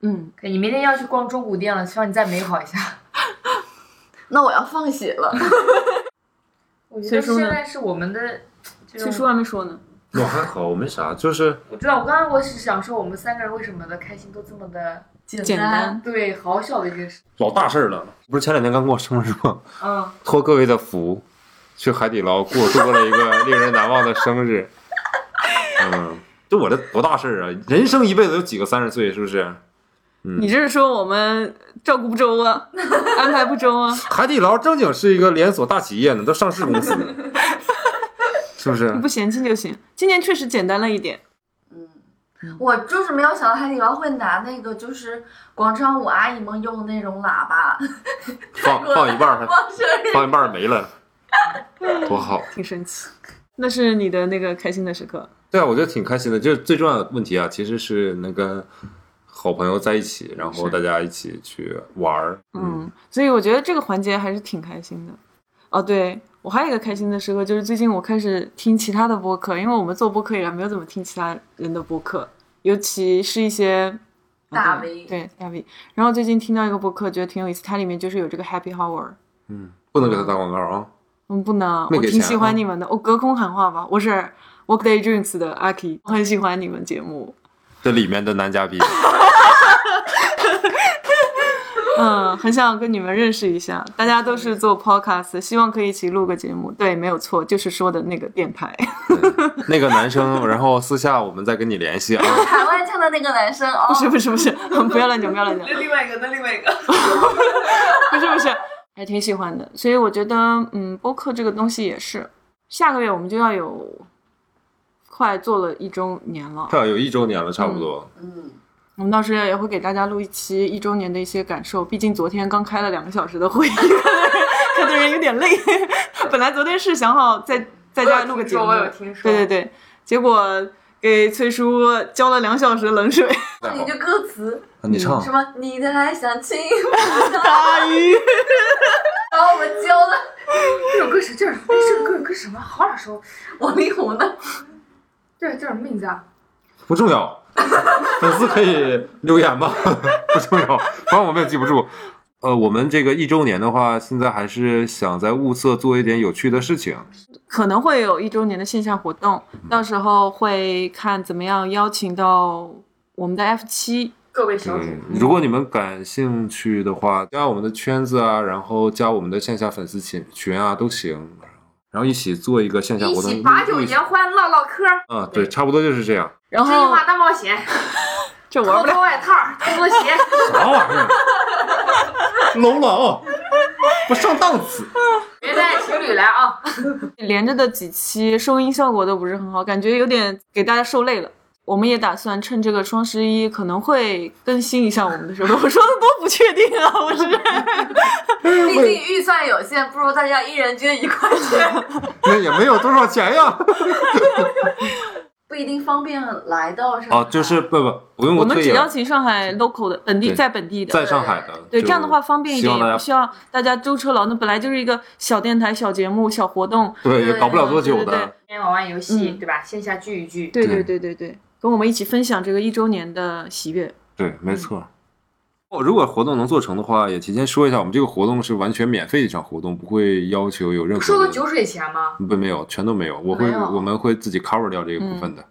Speaker 2: 嗯，
Speaker 4: 你明天要去逛中古店了，希望你再美好一下。
Speaker 3: 那我要放血了，
Speaker 4: 我觉
Speaker 2: 崔
Speaker 4: 得
Speaker 2: 叔
Speaker 4: 现
Speaker 2: 呢
Speaker 4: 在是我们的这
Speaker 2: 崔
Speaker 4: 种
Speaker 2: 叔还没说呢，
Speaker 1: 我还好，我没啥，就是
Speaker 4: 我知道，我刚刚我是想说，我们三个人为什么的开心都这么的
Speaker 3: 简
Speaker 2: 简单。
Speaker 4: 对好小的一个事，
Speaker 1: 老大事儿了。不是前两天刚过生日吗？
Speaker 4: 嗯，
Speaker 1: 托各位的福，去海底捞过度过了一个令人难忘的生日。嗯，这我这多大事儿啊！人生一辈子有几个三十岁，是不是？嗯
Speaker 2: 你这是说我们照顾不周 啊，安排不周啊？
Speaker 1: 海底捞正经是一个连锁大企业呢，都上市公司呢，是不是
Speaker 2: 你？不嫌弃就行。今年确实简单了一点，
Speaker 3: 嗯，我就是没有想到海底捞会拿那个就是广场舞阿姨们用的那种喇叭
Speaker 1: 放放一半儿还
Speaker 3: 放生日，
Speaker 1: 放一半儿没了，多好！
Speaker 2: 挺神奇。那是你的那个开心的时刻，
Speaker 1: 对啊，我觉得挺开心的。就是最重要的问题啊，其实是能跟好朋友在一起，然后
Speaker 2: 是
Speaker 1: 大家一起去玩儿。
Speaker 2: 嗯，所以我觉得这个环节还是挺开心的。哦，对我还有一个开心的时刻，就是最近我开始听其他的播客，因为我们做播客以来没有怎么听其他人的播客，尤其是一些
Speaker 3: 大
Speaker 2: 啊
Speaker 3: V
Speaker 2: 对对大 V。然后最近听到一个播客，觉得挺有意思，它里面就是有这个 Happy Hour。
Speaker 1: 嗯，不能给他打广告啊。
Speaker 2: 嗯，不能，
Speaker 1: 没
Speaker 2: 我
Speaker 1: 给
Speaker 2: 挺
Speaker 1: 钱
Speaker 2: 喜
Speaker 1: 啊
Speaker 2: 欢你们的。我隔空喊话吧，我是 Workday Dreams 的阿 K，我很喜欢你们节目。
Speaker 1: 这里面的男嘉宾，
Speaker 2: 嗯，很想跟你们认识一下。大家都是做 podcast，希望可以一起录个节目。对，没有错，就是说的那个电台。
Speaker 1: 那个男生，然后私下我们再跟你联系啊。
Speaker 3: 台湾唱的那个男生哦
Speaker 2: 不， 是不是不是，不要乱讲，不要乱讲，
Speaker 4: 另外一个，那另外一个，
Speaker 2: 不是不是，还挺喜欢的。所以我觉得，嗯，播客这个东西也是，下个月我们就要有，快做了一周年了。
Speaker 1: 快有一周年了，差不多。
Speaker 3: 嗯，
Speaker 2: 我们到时也会给大家录一期一周年的一些感受，毕竟昨天刚开了两个小时的会 议，看的人有点累。 本来昨天是想好在在家录个节目，
Speaker 4: 我有听 说
Speaker 2: 对对对，结果给崔叔浇了两小时冷 水。
Speaker 1: 再好
Speaker 3: 你这歌词
Speaker 1: 那你唱
Speaker 3: 什么你的爱像清，
Speaker 2: 大鱼，
Speaker 3: 然后我们教的
Speaker 4: 这首歌是这首，这首歌歌什么？好耳熟，
Speaker 3: 王力宏的，
Speaker 4: 这叫什么名字啊？
Speaker 1: 不重要， 粉丝可以留言吧， 不重要，反正我们也记不住。呃，我们这个一周年的话，现在还是想在物色做一点有趣的事情。
Speaker 2: 可能会有一周年的线下活动，到时候会看怎么样邀请到我们的 F 七。
Speaker 4: 各位小主
Speaker 1: 嗯，，如果你们感兴趣的话，加我们的圈子啊，然后加我们的线下粉丝群群啊，都行。然后一起做一个线下
Speaker 4: 一
Speaker 1: 活动，
Speaker 4: 起把酒言欢，唠唠嗑，
Speaker 1: 啊，对，差不多就是这样。
Speaker 2: 然
Speaker 4: 真心
Speaker 2: 后
Speaker 4: 话大冒险，
Speaker 2: 这玩
Speaker 4: 偷
Speaker 2: 不了，
Speaker 4: 偷外套，偷偷鞋，
Speaker 1: 啥 玩意儿？楼老啊不上档次。
Speaker 4: 别带情侣来啊！
Speaker 2: 连着的几期收音效果都不是很好，感觉有点给大家受累了。我们也打算趁这个双十一可能会更新一下我们的设备。我说的多不确定啊！我 是
Speaker 3: 毕竟预算有限，不如大 家一人捐一块钱。
Speaker 1: 那也没有多少钱呀。
Speaker 4: 不
Speaker 3: 一定方便来到啊上海。
Speaker 1: 哦，就是不不不用
Speaker 2: 嗯我们
Speaker 1: 退
Speaker 2: 只
Speaker 1: 也
Speaker 2: 邀请上海 local 的本地
Speaker 1: 嗯对
Speaker 2: 在本地的，
Speaker 1: 在上海的，
Speaker 2: 对
Speaker 1: 就
Speaker 2: 这样的话方便一
Speaker 1: 希
Speaker 2: 点，
Speaker 1: 望大
Speaker 2: 也不
Speaker 1: 家
Speaker 2: 需要大家舟车劳顿。本来就是一个小电台、小节目、小活动，
Speaker 1: 对也搞不了多
Speaker 2: 对对
Speaker 1: 久
Speaker 2: 对
Speaker 1: 的，
Speaker 4: 天玩玩游戏，
Speaker 2: 嗯
Speaker 4: 对吧？线下聚一聚，
Speaker 2: 对对
Speaker 1: 对
Speaker 2: 对对对，跟我们一起分享这个一周年的喜悦。
Speaker 1: 对，
Speaker 2: 嗯
Speaker 1: 没错。哦，如果活动能做成的话，也提前说一下，我们这个活动是完全免费的一场活动，不会要求有任
Speaker 4: 不收
Speaker 1: 何
Speaker 4: 个
Speaker 1: 的嗯
Speaker 4: 酒水钱吗？
Speaker 1: 不没有，全都没有，我会
Speaker 4: 没有
Speaker 1: 我们会自己 cover 掉这个部分的。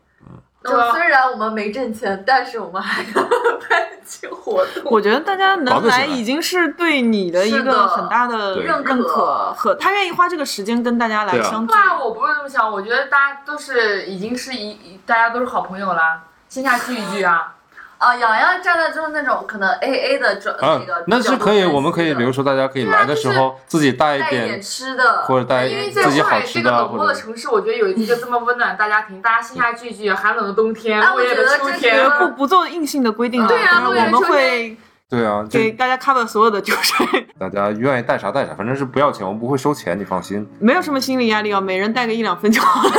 Speaker 4: 那我
Speaker 3: 就
Speaker 4: 要
Speaker 3: 虽然我们没挣钱，但是我们还要办起活动。
Speaker 2: 我觉得大家
Speaker 1: 搞
Speaker 2: 能
Speaker 1: 得起
Speaker 2: 来
Speaker 1: 来
Speaker 2: 已经是对你的一
Speaker 3: 是
Speaker 2: 个
Speaker 3: 的
Speaker 2: 很大的
Speaker 1: 对
Speaker 2: 认
Speaker 3: 认
Speaker 2: 可
Speaker 3: 可
Speaker 2: 和他愿意花这个时间跟大家来
Speaker 1: 对啊
Speaker 2: 相聚
Speaker 4: 不。然我不是这么想，我觉得大家都是已经是一，大家都是好朋友啦，线下聚一聚啊。
Speaker 3: 啊，洋洋站在就是那种可能 A A 的这、
Speaker 4: 嗯
Speaker 1: 啊
Speaker 3: 那个，
Speaker 1: 那是可以，
Speaker 3: 角度分析的
Speaker 1: 我们可以，比如说大家可以
Speaker 4: 啊
Speaker 1: 来的时候自己带一
Speaker 3: 带一点
Speaker 1: 点，
Speaker 3: 吃的，
Speaker 1: 或者带
Speaker 4: 因为
Speaker 1: 哎自
Speaker 4: 在
Speaker 1: 己
Speaker 4: 上
Speaker 1: 好
Speaker 4: 海
Speaker 1: 吃
Speaker 4: 这
Speaker 1: 的
Speaker 4: 个
Speaker 1: 啊，
Speaker 4: 冷
Speaker 1: 或
Speaker 4: 漠的
Speaker 1: 者
Speaker 4: 城市，我觉得有一个这么温暖的大家庭，大家线下聚一聚，寒冷的冬天，
Speaker 3: 哎
Speaker 4: 落
Speaker 3: 我
Speaker 4: 叶
Speaker 3: 觉
Speaker 4: 的
Speaker 3: 得
Speaker 4: 秋
Speaker 3: 这
Speaker 4: 天
Speaker 3: 是，
Speaker 2: 不不做硬性的规定了，
Speaker 3: 对啊
Speaker 2: 但是
Speaker 3: 对啊
Speaker 2: 我们
Speaker 4: 说
Speaker 2: 会
Speaker 1: 对啊，就
Speaker 2: 给大家 cover 所有的酒水，
Speaker 1: 大家愿意带啥带啥，反正是不要钱，我们不会收钱，你放心，
Speaker 2: 没有什么心理压力哦，每人带个一两分就好了。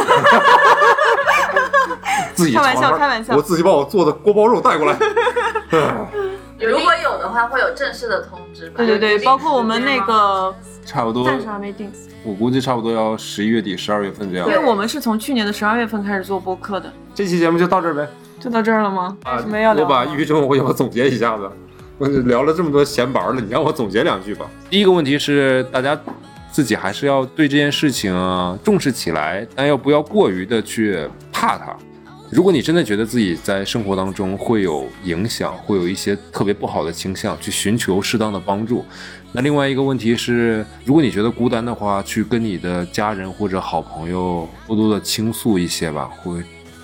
Speaker 1: 自己
Speaker 2: 开玩笑
Speaker 1: 尝尝
Speaker 2: 开玩笑
Speaker 1: 我自己把我做的锅包肉带过来。
Speaker 4: 有
Speaker 3: 如
Speaker 4: 另
Speaker 3: 果有的话会有正式的通知吧。
Speaker 2: 对对对，包括我们那个
Speaker 1: 差不多，
Speaker 2: 暂时还没定，
Speaker 1: 我估计差不多要十一月底、十二月份这样
Speaker 2: 因为。我们是从去年的十二月份开始做播客的，
Speaker 1: 这期节目就到这儿呗。
Speaker 2: 就到这儿了吗？还有什么要
Speaker 1: 啊我
Speaker 2: 聊的
Speaker 1: 把
Speaker 2: 吗？
Speaker 1: 抑郁症我要总结一下子，我聊了这么多闲玩了，你让我总结两句吧。第一个问题是，大家自己还是要对这件事情啊重视起来，但又不要过于的去怕它。如果你真的觉得自己在生活当中会有影响，会有一些特别不好的倾向，去寻求适当的帮助。那另外一个问题是，如果你觉得孤单的话，去跟你的家人或者好朋友多多的倾诉一些吧，会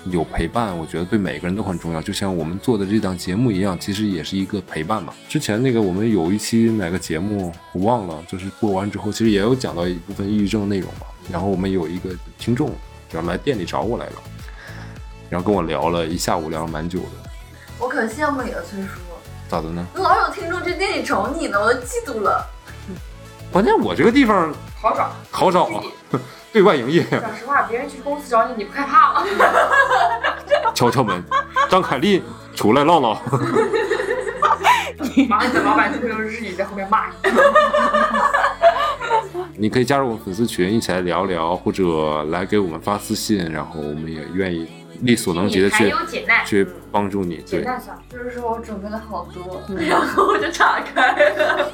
Speaker 1: 有陪伴，我觉得对每个人都很重要。就像我们做的这档节目一样，其实也是一个陪伴嘛。之前那个我们有一期哪个节目我忘了，就是播完之后，其实也有讲到一部分抑郁症内容嘛。然后我们有一个听众，然后来店里找我来了，然后跟我聊了一下午，聊了蛮久的。
Speaker 3: 我可羡慕你了，崔叔，
Speaker 1: 咋的呢？
Speaker 3: 老有听众去店里找你呢，我都嫉妒了。
Speaker 1: 关键我这个地方
Speaker 4: 好找。
Speaker 1: 好找啊， 对外营业，
Speaker 4: 讲实话，别人去公司找你，你不害怕吗？
Speaker 1: 敲敲门，张凯丽出来唠唠。
Speaker 4: 马上你的老板就会用日语在后面骂你。
Speaker 1: 你可以加入我们粉丝群，一起来聊聊，或者来给我们发私信，然后我们也愿意力所能及的去
Speaker 4: 解难
Speaker 1: 去帮助你。对，
Speaker 4: 难算。
Speaker 3: 就是说我准备了好多，然
Speaker 1: 嗯
Speaker 3: 后我就岔开了。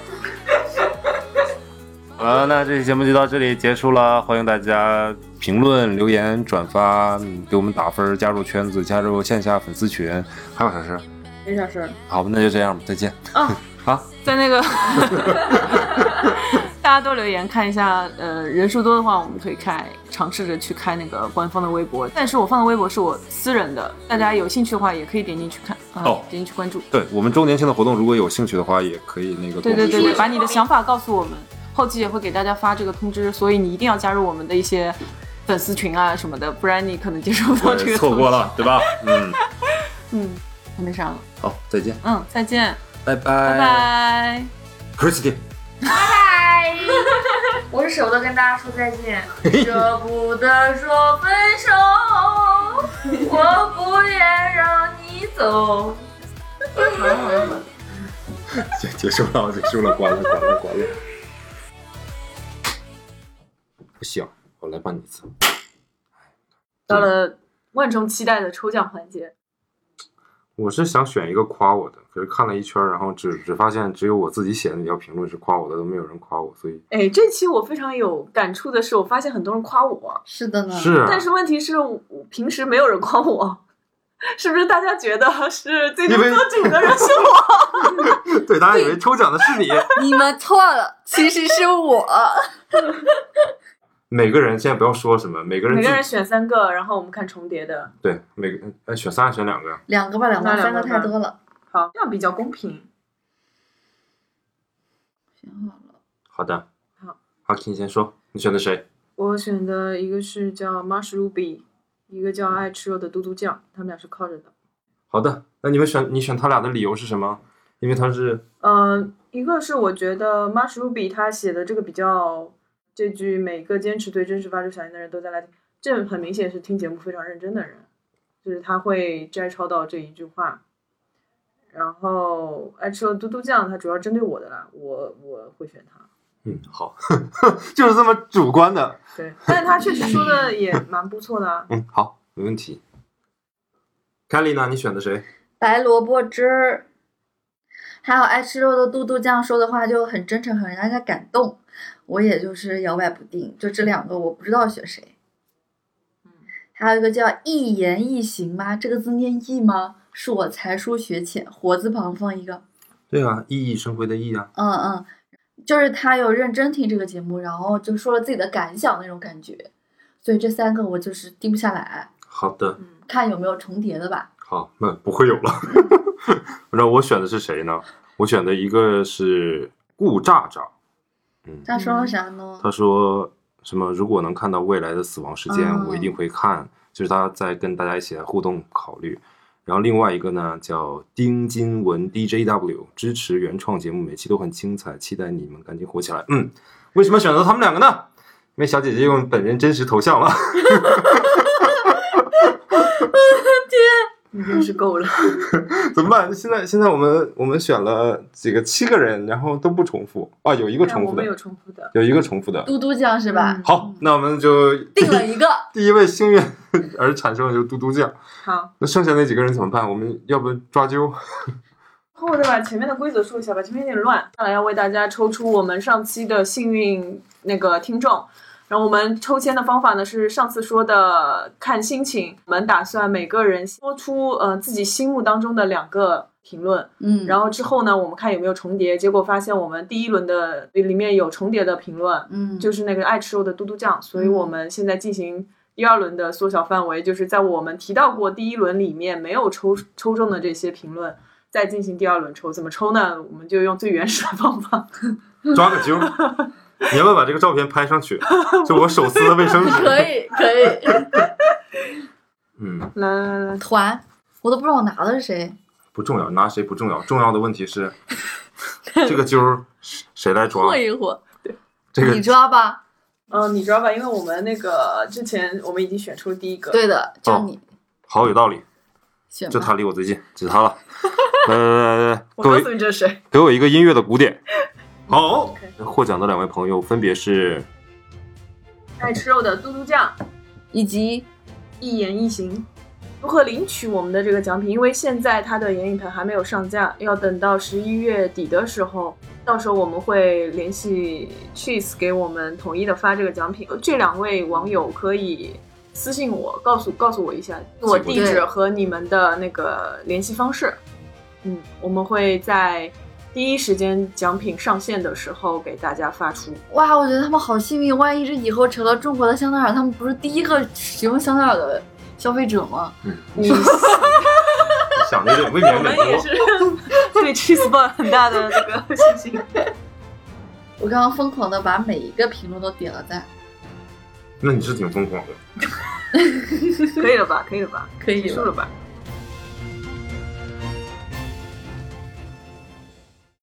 Speaker 1: 好了，那这期节目就到这里结束了，欢迎大家评论、留言、转发，嗯给我们打分，加入圈子，加入线下粉丝群，还有啥事？
Speaker 2: 没啥事儿。
Speaker 1: 好吧，那就这样吧，再见。
Speaker 2: 啊，
Speaker 1: 好，
Speaker 2: 在那 个大家都留言看一下，呃，人数多的话，我们可以开尝试着去开那个官方的微博，但是我放的微博是我私人的，大家有兴趣的话也可以点进去看啊、
Speaker 1: 哦
Speaker 2: 点进去关注。
Speaker 1: 对我们周年庆的活动，如果有兴趣的话，也可以那个跟
Speaker 2: 对
Speaker 1: 我
Speaker 2: 对
Speaker 1: 们
Speaker 2: 对
Speaker 1: 说
Speaker 2: 对，
Speaker 1: 一下
Speaker 2: 把你的想法告诉我们，后期也会给大家发这个通知，所以你一定要加入我们的一些粉丝群啊什么的，不然你可能接收不到这
Speaker 1: 对
Speaker 2: 个。
Speaker 1: 错过。了，对吧？嗯，
Speaker 2: 嗯，没啥了。
Speaker 1: 好，再见，
Speaker 2: 嗯，再见，
Speaker 1: 拜
Speaker 2: 拜
Speaker 1: 拜，
Speaker 2: 拜。
Speaker 1: ，Christy。
Speaker 4: 拜， 我是舍不得跟大家说再见。
Speaker 3: 舍不得说分手， 我不愿让你走。
Speaker 1: 结结束了，结束了，关了，关了，关了。不行，我来帮你一次。
Speaker 2: 到了万众期待的抽奖环节，
Speaker 1: 我是想选一个夸我的，可是看了一圈儿，然后只只发现只有我自己写的那条评论是夸我的，都没有人夸我，所以
Speaker 2: 哎，这期我非常有感触的是，我发现很多人夸我，
Speaker 3: 是的呢
Speaker 1: 是啊
Speaker 2: 嗯但是问题是我我平时没有人夸我，是不是大家觉得是最终
Speaker 1: 因为
Speaker 2: 做主的人是 我？
Speaker 1: 对大家以为抽奖的是你。
Speaker 3: 你们错了，其实是我。
Speaker 1: 每个人现在不要说什么，每个人
Speaker 2: 每
Speaker 1: 自
Speaker 2: 个人
Speaker 1: 己
Speaker 2: 选三个，然后我们看重叠的，
Speaker 1: 对每个哎选仨选两个呀，
Speaker 3: 两个吧，两
Speaker 2: 那
Speaker 3: 个，
Speaker 2: 两
Speaker 3: 三
Speaker 2: 个
Speaker 3: 个
Speaker 2: 吧
Speaker 3: 太多了。
Speaker 2: 好，这样比较公平。
Speaker 3: 选好了，
Speaker 1: 好的，
Speaker 2: 好，
Speaker 1: 好，你先说，你选的谁？
Speaker 2: 我选的一个是叫 Marsh Ruby，一个叫爱吃肉的嘟嘟酱，他们俩是靠着的。
Speaker 1: 好的，那你们选你选他俩的理由是什么？因为他是
Speaker 2: 呃，一个是我觉得 Marsh Ruby 他写的这个比较，这句每个坚持对真实发出响应的人都在来听，这很明显是听节目非常认真的人。就是他会摘抄到这一句话。然后爱吃了嘟嘟酱，它主要针对我的啦，我我会选它。
Speaker 1: 嗯，好， 就是这么主观的。
Speaker 2: 对，但是他确实说的也蛮不错的啊。
Speaker 1: 嗯，好，没问题。凯丽呢？你选的谁？
Speaker 3: 白萝卜汁儿，还有爱吃肉的嘟嘟酱说的话就很真诚，很让人家感动。我也就是摇摆不定，就这两个我不知道选谁。
Speaker 2: 嗯
Speaker 3: 还有一个叫一言一行吗？这个字念意吗？是我才疏学浅，火字旁放一个，
Speaker 1: 对啊，熠熠生辉的熠啊。
Speaker 3: 嗯嗯，就是他有认真听这个节目，然后就说了自己的感想那种感觉。所以这三个我就是定不下来，
Speaker 1: 好的，
Speaker 3: 看有没有重叠的吧。
Speaker 1: 好，那不会有了。那我选的是谁呢？我选的一个是顾炸炸，嗯，
Speaker 3: 他说了啥呢？
Speaker 1: 他说什么？如果能看到未来的死亡时间，
Speaker 3: 嗯
Speaker 1: 我一定会看。就是他在跟大家一起来互动考虑。然后另外一个呢叫丁金文 DJW，支持原创节目，每期都很精彩，期待你们赶紧火起来。嗯，为什么选择他们两个呢？因为小姐姐用本人真实头像了。
Speaker 2: 你真是够了。
Speaker 1: 怎么办？现在现在我们我们选了几个七个人，然后都不重复啊，有一个
Speaker 2: 但
Speaker 1: 重
Speaker 2: 我
Speaker 1: 复
Speaker 2: 们有
Speaker 1: 的，
Speaker 2: 重复的。
Speaker 1: 有一个重复的。
Speaker 3: 嘟嘟酱是吧？
Speaker 2: 嗯
Speaker 1: 好，那我们就
Speaker 3: 定了一个，
Speaker 1: 第一位幸运 而产生的就是嘟嘟酱，
Speaker 2: 好，
Speaker 1: 那剩下那几个人怎么办？我们要不抓阄？
Speaker 2: 然后我再把前面的规则说一下吧，前面有点乱。接下来要为大家抽出我们上期的幸运那个听众。然后我们抽签的方法呢是上次说的看心情，我们打算每个人说出呃自己心目当中的两个评论，
Speaker 3: 嗯，
Speaker 2: 然后之后呢我们看有没有重叠，结果发现我们第一轮的里面有重叠的评论，
Speaker 3: 嗯，
Speaker 2: 就是那个爱吃肉的嘟嘟酱，所以
Speaker 3: 嗯
Speaker 2: 我们现在进行第二轮的缩小范围，就是在我们提到过第一轮里面没有抽抽中的这些评论，再进行第二轮抽。怎么抽呢？我们就用最原始的方法。
Speaker 1: 抓个 阄。你要不要把这个照片拍上去？就我手撕的卫 生
Speaker 3: 可
Speaker 1: 纸。
Speaker 3: 以可以
Speaker 1: 嗯，
Speaker 2: 来来来，
Speaker 3: 团，我都不知道我拿的是谁。
Speaker 1: 不重要，拿谁不重要，重要的问题是这个阄谁来抓
Speaker 3: 和？一和，
Speaker 1: 这个
Speaker 3: 你抓吧。
Speaker 2: 嗯、你知道吧？因为我们那个之前我们已经选出第一个，
Speaker 3: 对的，就
Speaker 1: 哦
Speaker 3: 你
Speaker 1: 好有道理，
Speaker 3: 选
Speaker 1: 就
Speaker 3: 吧。
Speaker 1: 他离我最近，指他 了。呃来来来来来，
Speaker 2: 我
Speaker 1: 各
Speaker 2: 告
Speaker 1: 位
Speaker 2: 诉你这是谁。
Speaker 1: 给我一个音乐的鼓 点。好，获奖的两位朋友分别是
Speaker 2: 爱吃肉的嘟嘟酱，
Speaker 3: 以及
Speaker 2: 一言一行。如何领取我们的这个奖品？因为现在它的眼影盘还没有上架，要等到十一月底的时候，到时候我们会联系 Cheese 给我们统一的发这个奖品。这两位网友可以私信我，告诉告诉我一下我地址和你们的那个联系方式。嗯，我们会在第一时间奖品上线的时候给大家发出。
Speaker 3: 哇，我觉得他们好幸运，万一这以后成了中国的香奈儿，他们不是第一个使用香奈儿的消费者吗？
Speaker 2: 你
Speaker 1: 想的有点未免有点多。
Speaker 2: 对 Cheese 抱有很大的这个信心。
Speaker 3: 我刚刚疯狂的把每一个评论都点了赞，
Speaker 1: 那你是挺疯狂的。
Speaker 2: 可以了吧？可以了吧？
Speaker 3: 可以
Speaker 2: 结束
Speaker 3: 了。
Speaker 2: 了吧？